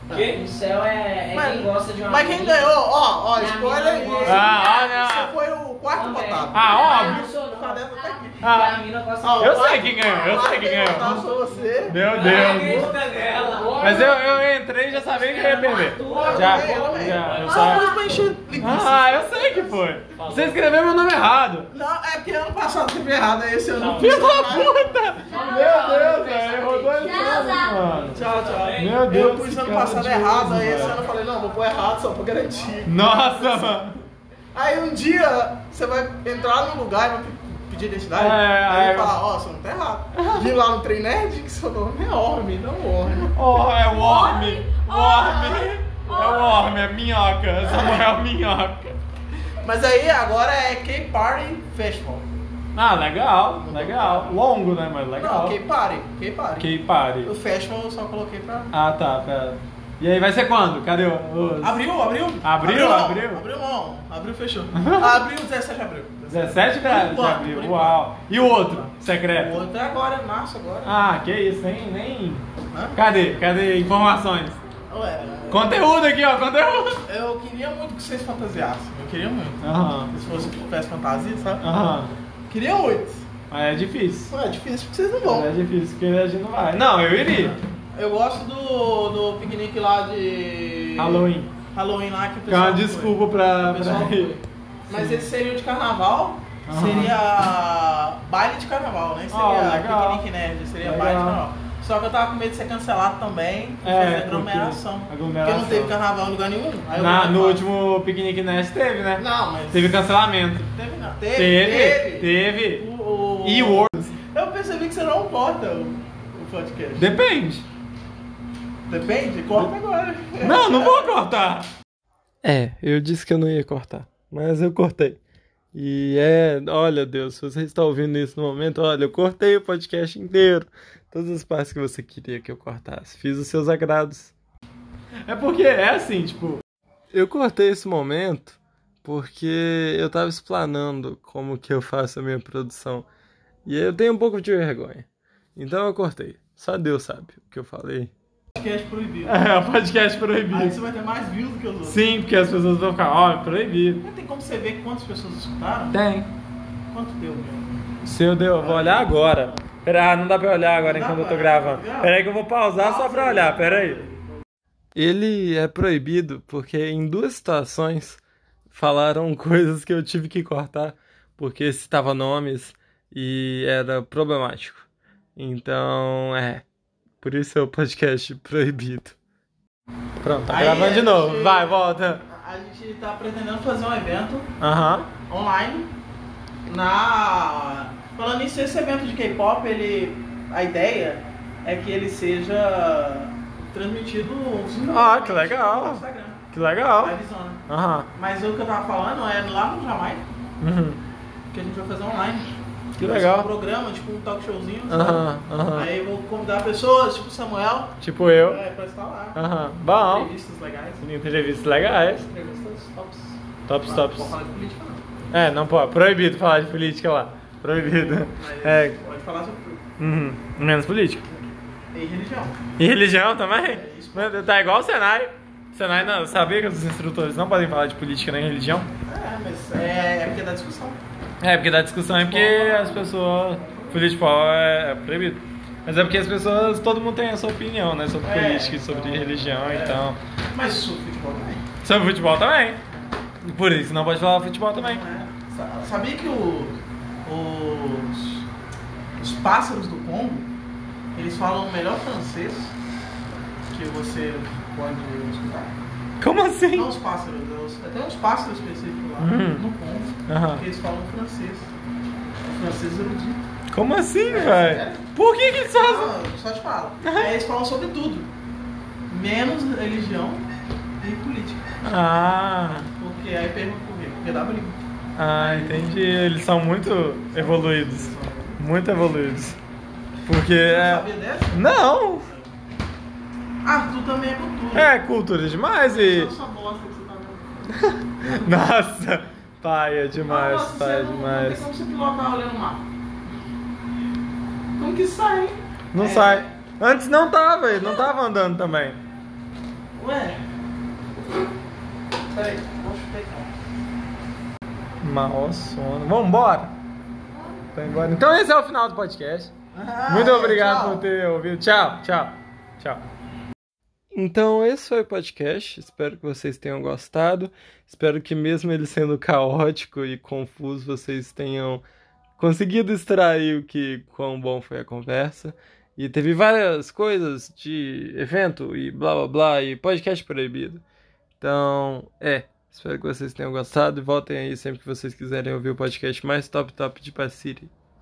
Speaker 6: Tá.
Speaker 2: O céu é, é quem gosta de uma.
Speaker 3: Mas quem
Speaker 2: amiga.
Speaker 3: ganhou, ó, ó,
Speaker 2: Minha
Speaker 3: spoiler aí.
Speaker 2: mina gosta.
Speaker 5: Ah, olha.
Speaker 3: Você foi o quarto
Speaker 2: Também.
Speaker 3: votado.
Speaker 5: Ah,
Speaker 8: óbvio.
Speaker 5: óbvio.
Speaker 2: Não sou, não.
Speaker 3: Tá vendo? Tá aqui.
Speaker 2: Minha
Speaker 5: Ah,
Speaker 2: mina gosta
Speaker 3: Ó,
Speaker 5: Eu
Speaker 3: o quarto
Speaker 5: sei quem ganhou, eu sei quem ganhou.
Speaker 3: votado Foi você.
Speaker 5: meu Deus.
Speaker 6: Acredita nela.
Speaker 5: Mas eu, eu entrei e já sabia que eu ia perder. Já, já, eu
Speaker 3: Só
Speaker 5: sabia.
Speaker 3: pra encher linguiça.
Speaker 5: Ah, eu sei que foi. Você escreveu meu nome errado.
Speaker 3: Não, é porque ano passado teve errado, é esse ano.
Speaker 5: Filho da puta! Meu Deus, velho, rodou ele
Speaker 8: Tchau,
Speaker 5: todo,
Speaker 8: Zá.
Speaker 5: mano.
Speaker 3: Tchau, tchau.
Speaker 5: Meu
Speaker 3: Eu
Speaker 5: Deus,
Speaker 3: pus
Speaker 5: que
Speaker 3: ano
Speaker 5: cara
Speaker 3: passado
Speaker 5: odioso,
Speaker 3: errado, aí esse
Speaker 5: velho.
Speaker 3: ano eu falei, não, vou pôr errado só pra garantir.
Speaker 5: Nossa, mano.
Speaker 3: Aí um dia você vai entrar num lugar e vai pe- pedir identidade.
Speaker 5: É,
Speaker 3: aí
Speaker 5: aí
Speaker 3: vai falar, ó, você não tá errado. Vi lá no trem nerd que seu nome é Orme, não Orme.
Speaker 5: Oh, é o Orme. O Orme. É o Orme, é minhoca. Samuel Minhoca.
Speaker 3: Mas aí agora é K-Party Festival.
Speaker 5: Ah, legal, legal. Longo, né, mas
Speaker 3: Não,
Speaker 5: legal.
Speaker 3: K-Party, K-Party.
Speaker 5: Que pare.
Speaker 3: O Festival eu só coloquei pra...
Speaker 5: Ah, tá, pera. E aí, vai ser quando? Cadê o... o-
Speaker 3: Abriu, abriu?
Speaker 5: Abriu,
Speaker 3: não.
Speaker 5: abriu?
Speaker 3: Abriu não, abriu fechou. abriu 17 de abril.
Speaker 5: 17 de de
Speaker 3: Por
Speaker 5: abril,
Speaker 3: enquanto.
Speaker 5: uau. E o outro,
Speaker 3: O
Speaker 5: secreto?
Speaker 3: outro é agora, é março agora.
Speaker 5: Ah, que isso, nem... nem...
Speaker 3: Hã?
Speaker 5: Cadê? Cadê informações?
Speaker 3: Ué,
Speaker 5: Conteúdo aqui, ó, conteúdo.
Speaker 3: eu queria muito que vocês fantasiassem. Eu queria muito.
Speaker 5: Aham,
Speaker 3: Se fosse tivesse fantasia, sabe?
Speaker 5: ahah.
Speaker 3: Queria muito.
Speaker 5: Mas é difícil.
Speaker 3: Não é difícil porque vocês não vão.
Speaker 5: Mas é difícil, porque a gente não vai. Não, eu iria.
Speaker 3: Eu gosto do, do piquenique lá de.
Speaker 5: Halloween.
Speaker 3: Halloween lá que o
Speaker 5: Que é uma
Speaker 3: pessoal. foi.
Speaker 5: desculpa pra...
Speaker 3: O pessoal
Speaker 5: pra
Speaker 3: foi.
Speaker 5: ir.
Speaker 3: Mas esse seria o de carnaval.
Speaker 5: Aham.
Speaker 3: Seria baile de carnaval, né? Seria
Speaker 5: Ah, legal.
Speaker 3: piquenique nerd, seria
Speaker 5: Legal.
Speaker 3: baile de carnaval. Só que eu tava com medo de ser cancelado também.
Speaker 5: É,
Speaker 3: fazer
Speaker 5: porque-
Speaker 3: aglomeração. Porque
Speaker 5: aglomeração.
Speaker 3: não teve carnaval em lugar nenhum. Aí eu
Speaker 5: Na-
Speaker 3: falei,
Speaker 5: no
Speaker 3: "Pá,
Speaker 5: último Piquenique Nest teve, né?
Speaker 3: Não, mas.
Speaker 5: Teve cancelamento.
Speaker 3: Teve, não.
Speaker 5: Teve, teve.
Speaker 3: O- o-
Speaker 5: E Words.
Speaker 3: Eu percebi que você não corta o, o podcast.
Speaker 5: Depende.
Speaker 3: Depende? Corta agora.
Speaker 5: Não, não vou cortar.
Speaker 1: É, eu disse que eu não ia cortar, mas eu cortei. E é, olha Deus, se você está ouvindo isso no momento, olha, eu cortei o podcast inteiro. Todas as partes que você queria que eu cortasse. Fiz os seus agrados.
Speaker 5: É porque é assim, tipo.
Speaker 1: Eu cortei esse momento porque eu tava explanando como que eu faço a minha produção. E eu tenho um pouco de vergonha. Então eu cortei. Só Deus sabe o que eu falei.
Speaker 3: Podcast proibido.
Speaker 5: É, o podcast
Speaker 3: Aí
Speaker 5: proibido.
Speaker 3: você vai ter mais views do que os outros.
Speaker 5: Sim, porque as pessoas vão ficar, ó, é proibido.
Speaker 3: Não tem como você ver quantas pessoas escutaram?
Speaker 5: Tem.
Speaker 3: Quanto deu, meu?
Speaker 1: Se eu deu, eu vou olhar agora.
Speaker 5: Pera, ah, não dá pra olhar agora
Speaker 3: Não dá
Speaker 5: enquanto eu tô
Speaker 3: pra
Speaker 5: gravando.
Speaker 3: olhar.
Speaker 5: Pera aí que eu vou pausar só pra olhar, pera aí.
Speaker 1: Ele é proibido porque em duas situações falaram coisas que eu tive que cortar porque citava nomes e era problemático. Então, é. Por isso é o podcast proibido. Pronto, tá
Speaker 3: Aí,
Speaker 1: gravando de novo.
Speaker 3: gente.
Speaker 1: Vai, volta.
Speaker 3: A gente tá pretendendo fazer um evento
Speaker 1: Aham.
Speaker 3: online na falando nisso esse evento de K-pop ele a ideia é que ele seja transmitido
Speaker 1: Ah, que legal.
Speaker 3: no Instagram
Speaker 1: Que legal.
Speaker 3: Arizona
Speaker 1: Aham.
Speaker 3: mas o que eu tava falando é lá no Jamaica
Speaker 1: Uhum.
Speaker 3: que a gente vai fazer online
Speaker 1: Que
Speaker 3: Vai
Speaker 1: legal.
Speaker 3: ser um programa tipo um talk showzinho sabe?
Speaker 1: Aham, aham.
Speaker 3: aí eu vou convidar pessoas tipo o Samuel
Speaker 1: Tipo eu.
Speaker 3: é, pra estar lá
Speaker 1: Aham. Bom.
Speaker 3: entrevistas legais
Speaker 5: Entrevistas legais.
Speaker 3: entrevistas tops
Speaker 5: Tops,
Speaker 3: Não vou
Speaker 5: tops.
Speaker 3: falar de política não
Speaker 5: É, não pode. Proibido falar de política lá. Proibido.
Speaker 3: mas
Speaker 5: É.
Speaker 3: pode falar sobre
Speaker 5: Uhum. Menos política.
Speaker 3: e religião
Speaker 5: E religião também? Meu Deus, Tá igual o Senai. Senai não, sabia que os instrutores não podem falar de política nem religião?
Speaker 3: é mas é, é porque é da discussão
Speaker 5: É, porque dá discussão é porque as pessoas. Política é, é proibido. Mas é porque as pessoas, todo mundo tem a sua opinião, né? Sobre
Speaker 3: É,
Speaker 5: política e sobre religião, então.
Speaker 3: Mas isso, futebol é, também.
Speaker 5: Sobre futebol também. Por isso não pode falar futebol também.
Speaker 3: É. Sa- Sabia que o- os, os pássaros do Congo, eles falam melhor francês que você pode escutar?
Speaker 5: Como assim?
Speaker 3: Não os pássaros, os- até uns pássaros específicos lá
Speaker 5: Hum.
Speaker 3: no Congo,
Speaker 5: Aham.
Speaker 3: que eles falam francês. O francês erudito.
Speaker 5: Como assim, velho? Por que que eles fazem?
Speaker 3: Não, só te falo. Aí eles falam sobre tudo, menos religião e política.
Speaker 5: Ah,
Speaker 3: Porque aí pergunta por quê? Porque dá briga.
Speaker 5: ah, entendi. Eles são muito evoluídos. Muito evoluídos. Porque é.
Speaker 3: Sabia dessa?
Speaker 5: Não!
Speaker 3: Arthur também é cultura.
Speaker 5: É cultura demais e.
Speaker 3: Essa bosta que você tá vendo.
Speaker 5: Nossa! Paia
Speaker 3: Ah,
Speaker 5: demais,
Speaker 3: nossa,
Speaker 5: paia
Speaker 3: você não, não tem
Speaker 5: demais.
Speaker 3: como você pilotar olhando o mar. Como que sai? hein?
Speaker 5: Não
Speaker 3: É.
Speaker 5: sai. Antes não tava, ele não tava andando também.
Speaker 3: Ué. Peraí, vou chutar então. aqui.
Speaker 5: Mal sono. Vambora! Tá embora. Então esse é o final do podcast.
Speaker 3: Ah,
Speaker 5: Muito obrigado
Speaker 3: tchau.
Speaker 5: por ter ouvido. Tchau, tchau, tchau.
Speaker 1: Então, esse foi o podcast. Espero que vocês tenham gostado. Espero que, mesmo ele sendo caótico e confuso, vocês tenham conseguido extrair o que quão bom foi a conversa. E teve várias coisas de evento e blá blá blá e podcast proibido. Então, é. Espero que vocês tenham gostado e voltem aí sempre que vocês quiserem ouvir o podcast mais top top de Pacity.